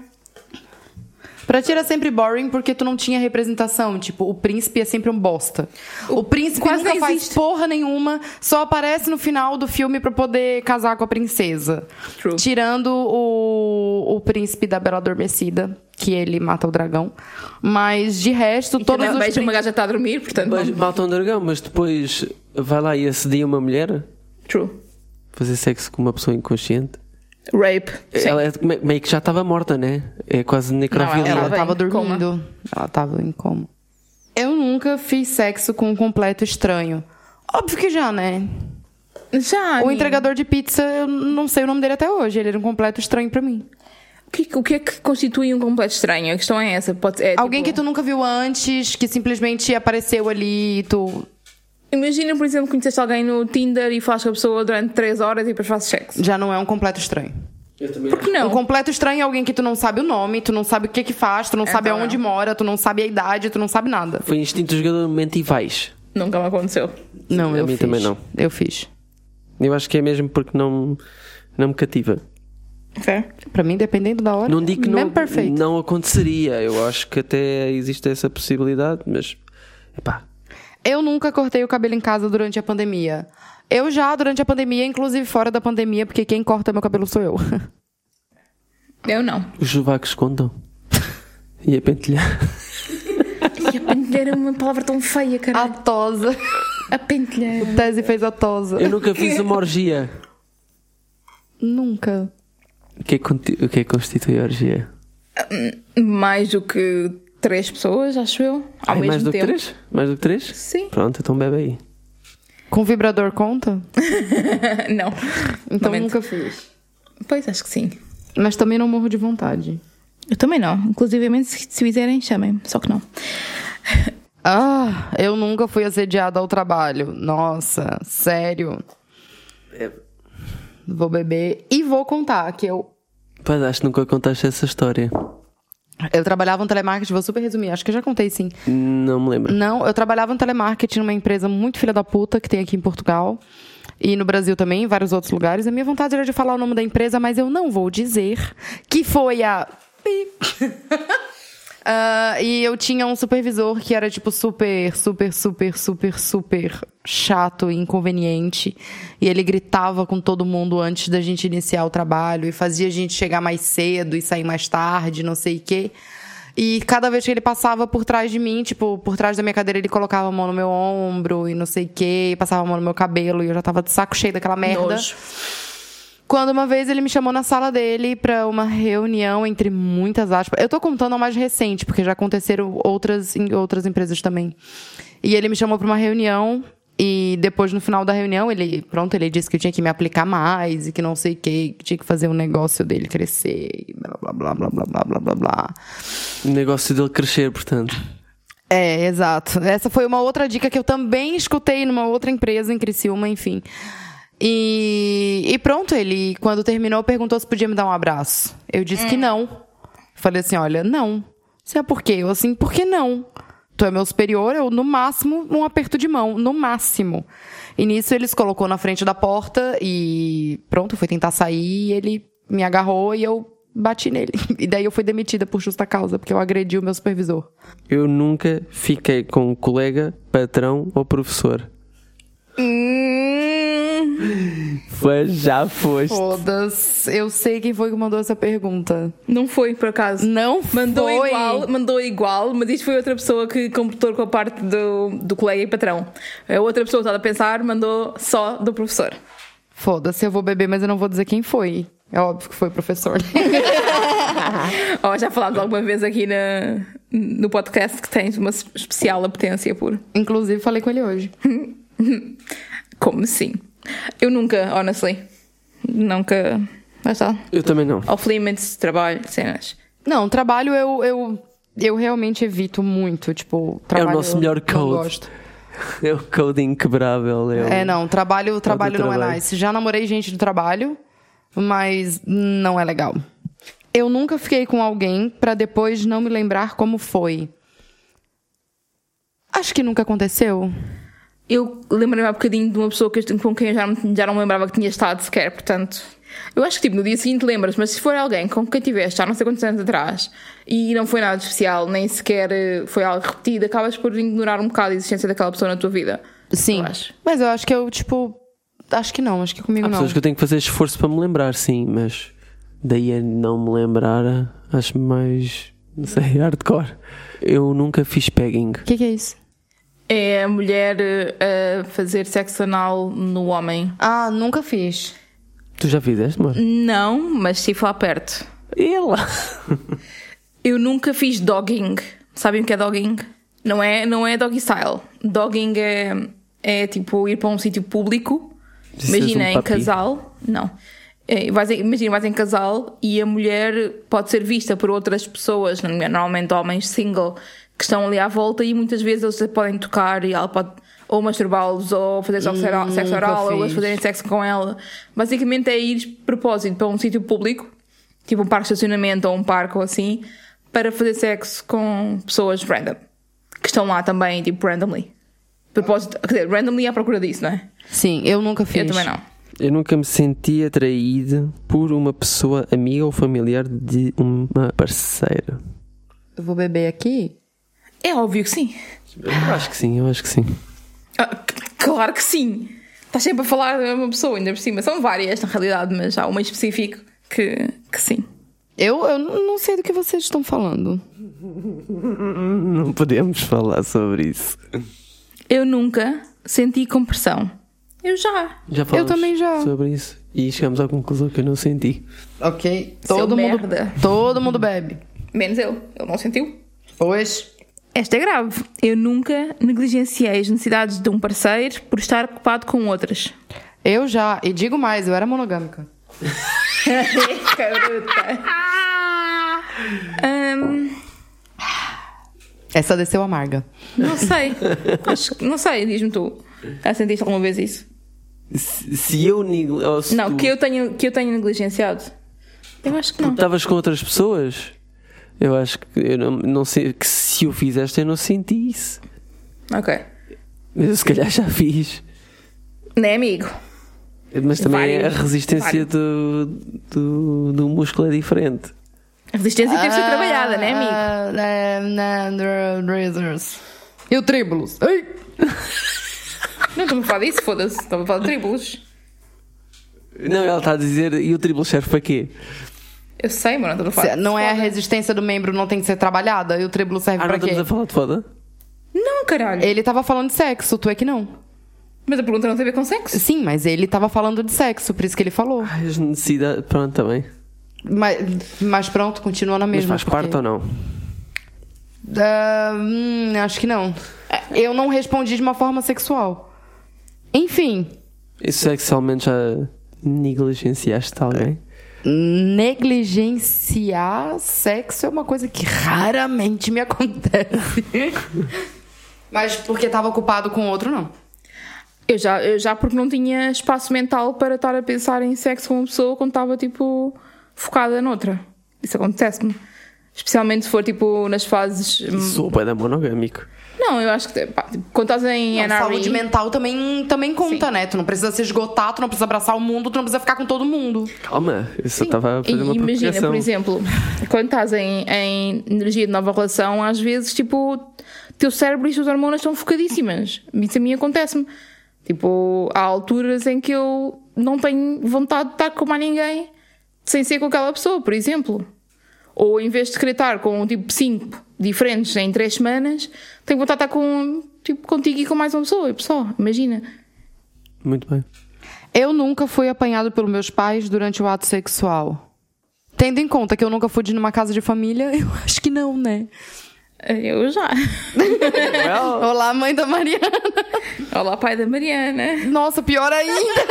E: Pra ti era sempre boring porque tu não tinha representação. Tipo, o príncipe é sempre um bosta. O, príncipe
A: quase
E: nunca
A: nem
E: faz
A: existe.
E: porra nenhuma, só aparece no final do filme pra poder casar com a princesa.
A: True.
E: Tirando o, o príncipe da Bela Adormecida, que ele mata o dragão. Mas de resto, todos
A: Todos
E: os
A: beijam, uma
E: príncipes...
A: gaja está a dormir, portanto.
D: Mas
A: não-
D: mata um dragão, mas depois vai lá e assedia uma mulher?
A: True.
D: Fazer sexo com uma pessoa inconsciente?
A: Rape. Sim.
D: Ela é me- meio que já estava morta, né? É quase necrofilia.
A: Ela
E: Ela
A: vem
E: tava
A: em coma.
E: dormindo. Ela tava em coma. Eu nunca fiz sexo com um completo estranho. Óbvio que já, né?
A: Já.
E: O
A: amiga.
E: entregador de pizza, eu não sei o nome dele até hoje. Ele era um completo estranho pra mim.
A: O que, o que é que constitui um completo estranho? A questão é essa. Pode, é,
E: Alguém que
A: tipo,
E: tu nunca viu antes, que simplesmente apareceu ali e tu.
A: Imagina, por exemplo, que conheceste alguém no Tinder e falas com a pessoa durante 3 horas e depois fazes sexo.
E: Já não é um completo estranho.
D: Eu também
A: Porque não?
E: Um completo estranho é alguém que tu não sabe o nome, tu não sabe o que que faz, tu não sabe
A: Então,
E: aonde
A: não.
E: mora, tu não sabe a idade, tu não sabe nada.
D: Foi instinto jogador mente e vais.
A: Nunca me aconteceu.
E: Não,
D: A
E: eu
D: mim
E: fiz.
D: também não.
E: Eu fiz.
D: Eu acho que é mesmo porque não, não me cativa.
A: Fair.
E: Pra mim, dependendo da hora,
D: Não digo que
E: mesmo
D: não,
E: perfeito.
D: não aconteceria. Eu acho que até existe essa possibilidade, mas. Epá.
E: Eu nunca cortei o cabelo em casa durante a pandemia. Eu já, durante a pandemia, inclusive fora da pandemia, porque quem corta meu cabelo sou eu.
A: Eu não.
D: Os jovacos contam. E a pentelhar.
A: E a pentelheira é uma palavra tão feia,
E: A
A: cara.
E: tosa.
A: A pentelheira.
E: Tese fez a tosa.
D: Eu nunca fiz uma orgia.
E: Nunca.
D: O que é, conti- o que é que constitui a orgia?
A: Mais do que 3 pessoas, acho eu. Ao
D: Ai,
A: mesmo
D: Ah, mais do
A: tempo.
D: que três? Mais do que três?
A: Sim.
D: Pronto, então bebe aí.
E: Com vibrador conta?
A: não.
E: Então
A: Momento.
E: nunca fiz.
A: Pois acho que sim.
E: Mas também não morro de vontade.
A: Eu também não. Inclusive, se, se fizerem, chamem. Só que não.
E: Ah, eu nunca fui assediada ao trabalho. Nossa, sério. Vou beber e vou contar que eu
D: Pois acho que nunca contaste essa história.
E: eu trabalhava no telemarketing, vou super resumir, acho que eu já contei sim.
D: Não me lembro.
E: Não, eu trabalhava no telemarketing numa empresa muito filha da puta que tem aqui em Portugal e no Brasil também, em vários outros lugares. A minha vontade era de falar o nome da empresa, mas eu não vou dizer que foi a. Pi. Ah, e eu tinha um supervisor que era, tipo, super, super, super, super, super chato e inconveniente. E ele gritava com todo mundo antes da gente iniciar o trabalho e fazia a gente chegar mais cedo e sair mais tarde, não sei o quê. E cada vez que ele passava por trás de mim, tipo, por trás da minha cadeira, ele colocava a mão no meu ombro e não sei o quê, e passava a mão no meu cabelo, e eu já tava de saco cheio daquela merda.
A: Nojo.
E: Quando uma vez ele me chamou na sala dele pra uma reunião entre muitas aspas. Eu tô contando a mais recente, porque já aconteceram outras em outras empresas também. E ele me chamou pra uma reunião e depois no final da reunião ele, pronto, ele disse que eu tinha que me aplicar mais e que não sei o que, que tinha que fazer o negócio dele crescer, e blá blá blá blá blá blá blá blá blá.
D: O negócio dele crescer, portanto.
E: É, exato. Essa foi uma outra dica que eu também escutei numa outra empresa em Criciúma, enfim. E, e pronto, ele, quando terminou, perguntou se podia me dar um abraço. Eu disse que não. Falei assim: olha, não. Você é por quê? Eu assim, por que não? Tu é meu superior, eu, no máximo, um aperto de mão, no máximo. E nisso ele se colocou na frente da porta e pronto, foi tentar sair e ele me agarrou e eu bati nele. E daí eu fui demitida por justa causa, porque eu agredi o meu supervisor.
D: Eu nunca fiquei com um colega, patrão ou professor.
A: Hum,
D: Foi, já foste.
E: Foda-se. Eu sei quem foi que mandou essa pergunta.
A: não foi, por acaso.
E: Não
A: Mandou
E: foi.
A: igual, mandou igual, mas isto foi outra pessoa que computou com a parte do, do colega e patrão. A outra pessoa que estava a pensar mandou só do professor.
E: Foda-se, eu vou beber, mas eu não vou dizer quem foi. É óbvio que foi o professor. né?
A: Oh, já falámos
D: É.
A: alguma vez aqui na, no podcast que tens uma especial apetência por.
E: Inclusive, falei com ele hoje.
A: Como sim? Eu nunca, honestly. Nunca. Lá está.
D: Eu também não.
A: Off limits, trabalho, cenas.
E: Não, trabalho eu, eu, eu realmente evito muito. Tipo, trabalho.
D: É nosso melhor
E: eu
D: code.
E: Não gosto.
D: É o code inquebrável. É, o-
E: É, não, trabalho, trabalho não
D: trabalho.
E: é nice. Já namorei gente do trabalho, mas não é legal. Eu nunca fiquei com alguém pra depois não me lembrar como foi. Acho que nunca aconteceu.
A: Eu lembrei-me há bocadinho de uma pessoa que, eu- com quem eu já, não- já não me lembrava que tinha estado sequer, portanto. Eu acho que tipo, no dia seguinte lembras, mas se for alguém com quem tiveste já não sei quantos anos atrás e não foi nada especial, nem sequer eh, foi algo repetido, acabas por ignorar um bocado a existência daquela pessoa na tua vida.
E: Sim.
A: Eu acho.
E: Mas eu acho que eu, tipo. Acho que não, acho que comigo
D: Há
E: não.
D: pessoas que eu tenho que fazer esforço para me lembrar, sim, mas daí a não me lembrar, acho mais, não sei, hardcore. Eu nunca fiz pegging.
E: O que, que é isso?
A: É a mulher eh, a fazer sexo anal no homem.
E: Ah, nunca fiz.
D: Tu já fizeste,
A: Hum.
D: mano?
A: Não, mas estive lá perto.
D: Ela!
A: Eu nunca fiz dogging. Sabem o que é dogging? Não é, não é doggy style. Dogging é, é tipo ir para um sítio público.
D: Isso
A: Imagina,
D: és um
A: em
D: papi.
A: casal. Não. É, vais em- imagina, vais em casal e a mulher pode ser vista por outras pessoas, é? normalmente homens single, que estão ali à volta e muitas vezes eles a podem tocar e ela pode ou masturbá-los ou fazer sexo oral, sexo
E: nunca
A: oral ou eles
E: fiz.
A: fazerem sexo com ela. Basicamente é ir de propósito para um sítio público, tipo um parque de estacionamento ou um parque ou assim, para fazer sexo com pessoas random, que estão lá também, tipo, randomly. De Propósito, quer dizer, randomly à procura disso, não é?
E: Sim, eu nunca fiz.
A: Eu também não.
D: Eu nunca me senti atraído por uma pessoa amiga ou familiar de uma parceira.
E: Eu vou beber aqui?
A: É óbvio que sim.
D: Eu acho que sim, eu acho que sim.
A: Ah, c- claro que sim. Estás sempre a falar da mesma pessoa, ainda por cima. São várias, na realidade, mas há uma em específico que, que sim.
E: Eu, eu n- não sei do que vocês estão falando.
D: Não podemos falar sobre isso.
A: Eu nunca senti compressão. Eu já.
D: Já falamos
E: também já.
D: sobre isso. E chegamos à conclusão que eu não senti.
E: Ok.
A: Seu
E: Todo mundo.
A: merda.
E: Todo mundo bebe.
A: Menos eu. Ele não sentiu.
E: Pois.
A: Esta é grave. Eu nunca negligenciei as necessidades de um parceiro por estar ocupado com outras.
E: Eu já, e digo mais, eu era monogâmica.
A: Hum,
E: Essa desceu amarga.
A: não sei. Acho que- não sei, diz-me tu. Já sentiste alguma vez isso?
D: Se, se eu. nego- ou se
A: Não,
D: tu-
A: que eu tenho, que eu tenho negligenciado. Eu acho que não.
D: Estavas com outras pessoas? Eu acho que eu não, não sei que se eu fizeste eu não senti isso.
A: Ok.
D: Mas eu se calhar já fiz.
A: Né, amigo?
D: Mas também é
A: Vários,
D: a resistência
A: vários.
D: do, do, do músculo é diferente.
A: A resistência teve que
D: Ah,
A: ser trabalhada, né, amigo?
E: Ah, amigo? Razors. E o Tríbulos? Ei!
A: Não estou-me a falar disso, foda-se. Estou-me a falar de tribos.
D: Não, ela está a dizer, e o triplo serve para quê?
A: Eu sei, mas não estou a falar.
E: Cê- Não é a
A: Foda.
E: resistência do membro, não tem que ser trabalhada? E o Tríbulos serve
D: Ah, não
E: pra
D: estamos
E: quê?
D: a falar de foda?
A: Não, caralho.
E: Ele tava falando de sexo, tu é que não.
A: Mas a pergunta não tem a ver com sexo.
E: Sim, mas ele tava falando de sexo, por isso que ele falou.
D: Ai, As necessidades, pronto, também.
E: Mas, mas pronto, continua na
D: Mas
E: mesma.
D: faz parte
E: porque-
D: ou não?
E: Ah, hum, acho que não. Eu não respondi de uma forma sexual. Enfim,
D: E sexualmente já negligenciaste alguém?
E: negligenciar sexo é uma coisa que raramente me acontece. Mas porque tava ocupado com outro, não.
A: Eu já, eu já porque não tinha espaço mental para estar a pensar em sexo com uma pessoa quando estava, tipo, focada noutra. Isso acontece-me. Especialmente se for, tipo, nas fases... hum,
D: Sou bué da monogâmico.
A: Não, eu acho que... Pá, tipo, quando estás em
E: Não,
A: NRE,
E: saúde mental também, também conta, né? Tu não precisa se esgotar, tu não precisa abraçar o mundo, tu não precisa ficar com todo mundo.
D: Calma, eu só
A: Sim.
D: estava a fazer
A: E
D: uma
A: Imagina,
D: provocação.
A: por exemplo, quando estás em, em energia de nova relação, às vezes, tipo, teu cérebro e as tuas hormonas estão focadíssimas. Isso a mim acontece-me. Tipo, há alturas em que eu não tenho vontade de estar com mais ninguém sem ser com aquela pessoa, por exemplo. Ou em vez de querer estar com, tipo, cinco diferentes em três semanas, tenho vontade de estar com, tipo, contigo e com mais uma pessoa. E pessoal, imagina.
D: Muito bem.
E: Eu nunca fui apanhado pelos meus pais durante o ato sexual. Tendo em conta que eu nunca fui de numa casa de família, eu acho que não, né?
A: Eu já.
E: Olá, mãe da Mariana.
A: Olá, pai da Mariana.
E: Nossa, pior ainda.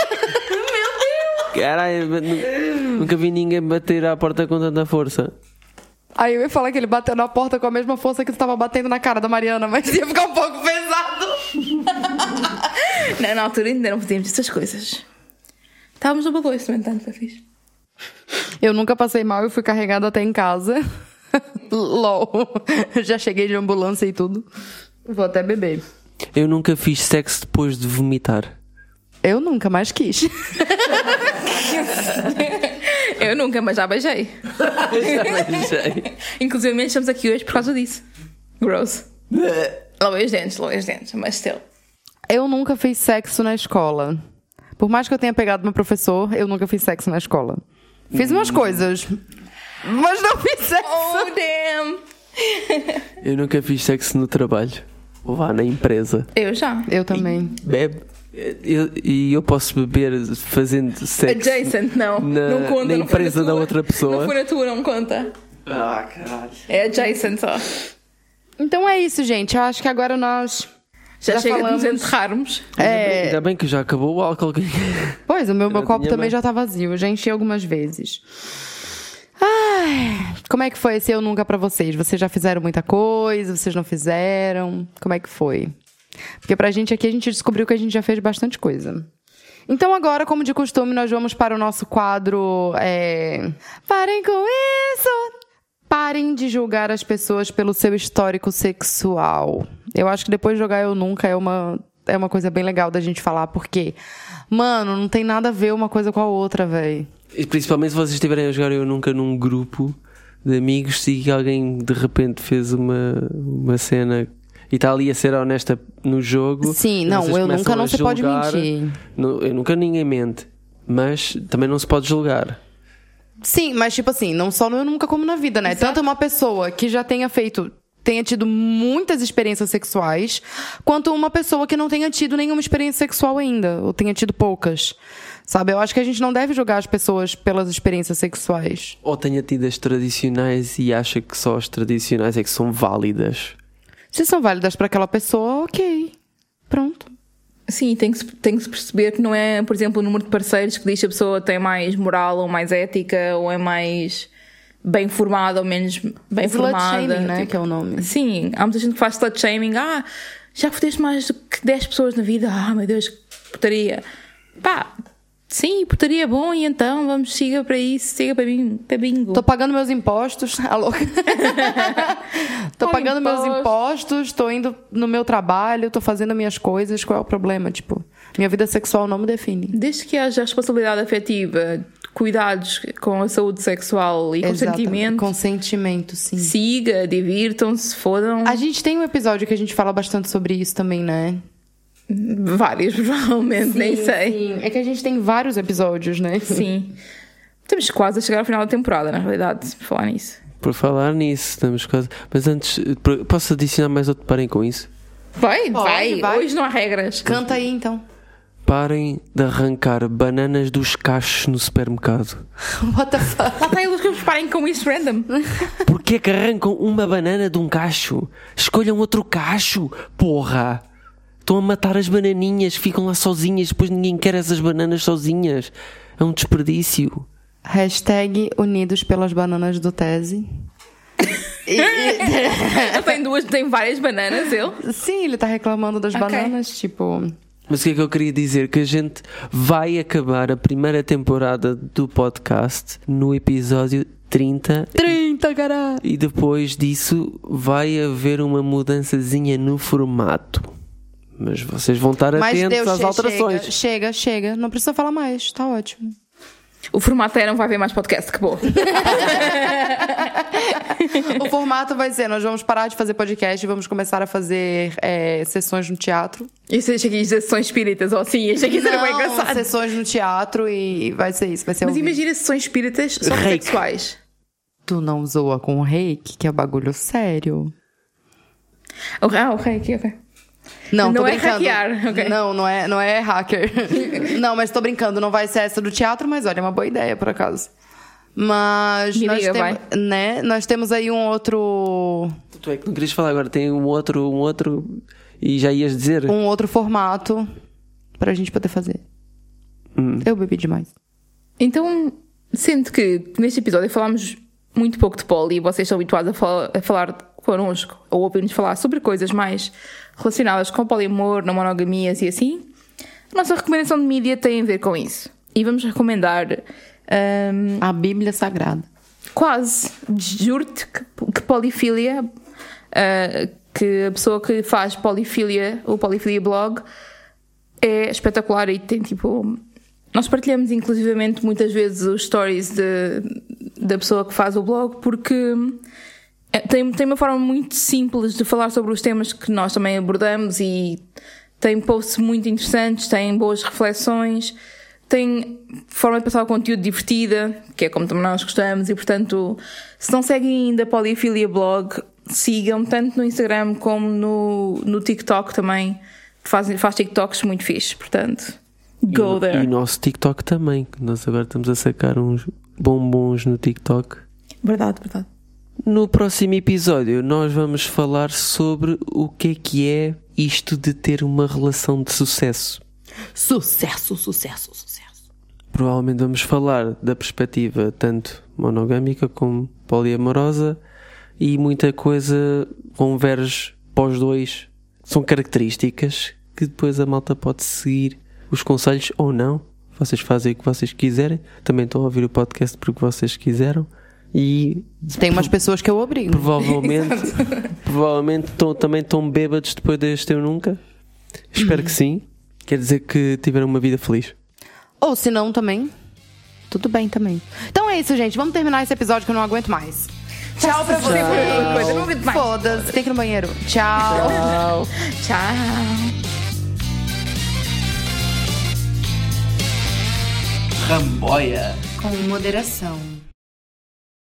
D: Caralho, mas nu- nunca vi ninguém bater à porta com tanta força.
E: Aí eu ia falar que ele bateu na porta com a mesma força que tu tava batendo na cara da Mariana, mas ia ficar um pouco pesado.
A: Não, na altura ainda não podíamos essas coisas. Estávamos no balões, no entanto, para fiz.
E: Eu nunca passei mal e fui carregada até em casa. LOL. Já cheguei de ambulância e tudo. Vou até beber.
D: Eu nunca fiz sexo depois de vomitar.
E: Eu nunca mais quis.
C: Eu nunca, mas já beijei.
D: Beijei.
C: Inclusive, estamos aqui hoje por causa disso. Gross. Lavei os dentes, lavei os dentes, mas still.
E: Eu nunca fiz sexo na escola. Por mais que eu tenha pegado meu professor, eu nunca fiz sexo na escola. Fiz umas coisas, mas não fiz sexo.
C: Oh, damn!
D: Eu nunca fiz sexo no trabalho. Ou vá na empresa.
C: Eu já.
E: Eu também.
D: Bebe. Eu- E eu posso beber fazendo sexo.
C: Adjacent, não.
D: Na-
C: não conta.
D: na
C: não foi
D: empresa da
C: tua.
D: outra pessoa.
C: Não foi na tua, não conta.
D: Ah, caralho.
C: É adjacent só.
E: Então é isso, gente. Eu acho que agora nós.
C: Já,
E: Já
C: chega
E: falamos.
C: de nos enterrarmos.
E: É,
D: Ainda bem que já acabou o álcool.
E: Pois, o meu, meu
D: da
E: copo
D: minha
E: também
D: mãe.
E: já tá vazio. Eu já enchi algumas vezes. Ai, como é que foi esse Eu Nunca pra vocês? Vocês já fizeram muita coisa? Vocês não fizeram? Como é que foi? Porque pra gente aqui, a gente descobriu que a gente já fez bastante coisa. Então agora, como de costume, nós vamos para o nosso quadro... é, Parem com isso! Parem de julgar as pessoas pelo seu histórico sexual. Eu acho que depois de jogar Eu Nunca é uma, é uma coisa bem legal da gente falar, porque, mano, não tem nada a ver uma coisa com a outra, véi.
D: E principalmente se vocês estiverem a jogar eu nunca num grupo de amigos e alguém de repente fez uma, uma cena e está ali a ser honesta no jogo.
E: Sim,
D: e
E: não,
D: vocês
E: eu
D: começam
E: nunca
D: a
E: não se pode
D: julgar.
E: mentir.
D: No- eu nunca ninguém mente. Mas também não se pode julgar.
E: Sim, mas tipo assim, não só no Eu Nunca como na vida, né? Tanto uma pessoa que já tenha feito, tenha tido muitas experiências sexuais, quanto uma pessoa que não tenha tido nenhuma experiência sexual ainda, ou tenha tido poucas. Sabe? Eu acho que a gente não deve julgar as pessoas pelas experiências sexuais.
D: Ou tenha tido as tradicionais e acha que só as tradicionais é que são válidas.
E: Se são válidas para aquela pessoa, ok. Pronto.
C: Sim, tem que, se- tem que se perceber que não é, por exemplo, o número de parceiros que diz que a pessoa tem mais moral ou mais ética ou é mais bem formada ou menos bem
E: Slut
C: formada.
E: shaming, né?
C: tipo.
E: Que é o nome.
C: Sim, há muita gente que faz slut shaming. Ah, já fodeste mais do que 10 pessoas na vida. Ah, meu Deus, que putaria. Pá, sim, putaria é bom e então vamos, siga para isso, siga para mim, para bingo.
E: Tô pagando meus impostos. Alô? tô
C: Paga
E: pagando meus
C: imposto.
E: impostos, tô indo no meu trabalho, tô fazendo minhas coisas. Qual é o problema? Tipo, minha vida sexual não me define.
C: Desde que haja responsabilidade afetiva, cuidados com a saúde sexual e
E: Exatamente.
C: consentimento,
E: Consentimento, sim.
C: siga, divirtam-se, fodam.
E: A gente tem um episódio que a gente fala bastante sobre isso também, né?
C: Vários, provavelmente, nem sei.
E: Sim. É que a gente tem vários episódios, né?
C: Sim. Estamos quase a chegar ao final da temporada, na realidade, se falar nisso.
D: Por falar nisso, estamos quase. Mas antes, eh, pro- posso adicionar mais outro? Parem com isso.
C: Vai, vai,
E: vai.
C: Hoje não há regras.
E: Canta aí, então.
D: Parem de arrancar bananas dos cachos no supermercado.
E: What the fuck?
C: Lá está eles que me parem com isso random.
D: Porquê que arrancam uma banana de um cacho? Escolham outro cacho, porra! Estão a matar as bananinhas, ficam lá sozinhas, depois ninguém quer essas bananas sozinhas. É um desperdício.
E: Hashtag Unidos pelas Bananas do Tese. E- e-
C: Ele tem duas, tem várias bananas, ele.
E: sim, ele tá reclamando das bananas, tipo.
D: Mas o que é que eu queria dizer? Que a gente vai acabar a primeira temporada do podcast no episódio 30
E: 30, cara!
D: e depois disso vai haver uma mudançazinha no formato. Mas vocês vão estar
E: Mas
D: atentos
E: deu,
D: às
E: che-
D: alterações.
E: Chega, chega, chega. Não precisa falar mais, tá ótimo.
C: O formato é não vai ver mais podcast, acabou.
E: O formato vai ser: nós vamos parar de fazer podcast e vamos começar a fazer é, sessões no teatro.
C: Isso achei que ia dizer sessões espíritas, ou assim, achei que isso
E: é
C: era bem engraçado.
E: sessões no teatro e vai ser isso, vai ser um
C: Mas
E: ao vivo.
C: imagina sessões espíritas só
D: Reiki.
C: sexuais.
E: Tu não zoa com o reiki, que é bagulho sério.
A: Oh,
C: Ah, o reiki, ok.
E: Não,
C: Não
E: tô
C: é
E: brincando.
C: hackear, ok.
E: Não, não é, não é hacker. não, mas tô brincando, não vai ser essa do teatro, mas olha, é uma boa ideia, por acaso. Mas
C: Me
E: nós,
C: liga,
E: temos, né, nós temos aí um outro
D: Tu é que não querias falar agora, tem um outro, um outro e já ias dizer.
E: um outro formato pra gente poder fazer. Eu bebi demais.
C: Então, sinto que neste episódio falámos muito pouco de poli e vocês estão habituados a, fal- a falar connosco ou ouvir-nos falar sobre coisas mais relacionadas com poliamor, não monogamias e assim. A nossa recomendação de mídia tem a ver com isso. E vamos recomendar
A: Ahm,
E: A Bíblia Sagrada.
A: Quase. Juro-te que, que polifilia, ah, que a pessoa que faz polifilia, o polifilia blog, é espetacular e tem tipo. Nós partilhamos inclusivamente muitas vezes os stories de, da pessoa que faz o blog porque é, tem, tem uma forma muito simples de falar sobre os temas que nós também abordamos e tem posts muito interessantes, tem boas reflexões, tem forma de passar o conteúdo divertida, que é como também nós gostamos, e portanto, se não seguem ainda a Polifilia Blog, sigam tanto no Instagram como no, no TikTok também, que faz, faz TikToks muito fixe, portanto, go
D: e, e o
A: there.
D: nosso TikTok também. que Nós agora estamos a sacar uns bombons no TikTok.
A: Verdade, verdade.
D: No próximo episódio, nós vamos falar sobre o que é que é isto de ter uma relação de sucesso.
E: Sucesso, sucesso, sucesso.
D: Provavelmente vamos falar da perspectiva tanto monogâmica como poliamorosa e muita coisa converge para os dois. São características que depois a malta pode seguir os conselhos ou não. Vocês fazem o que vocês quiserem. Também estão a ouvir o podcast porque vocês quiseram. E
E: Tem umas pessoas que eu obrigo.
D: Provavelmente, provavelmente tão- também estão bêbados depois deste Eu Nunca. Espero que sim. Quer dizer que tiveram uma vida feliz.
E: Ou se não também, tudo bem também. Então é isso, gente. Vamos terminar esse episódio que eu não aguento mais. Tchau pra vocês.
A: Eu não aguento mais.
E: Foda-se. Tem que ir no banheiro. Tchau.
A: Tchau.
B: Ramboia.
C: Com moderação.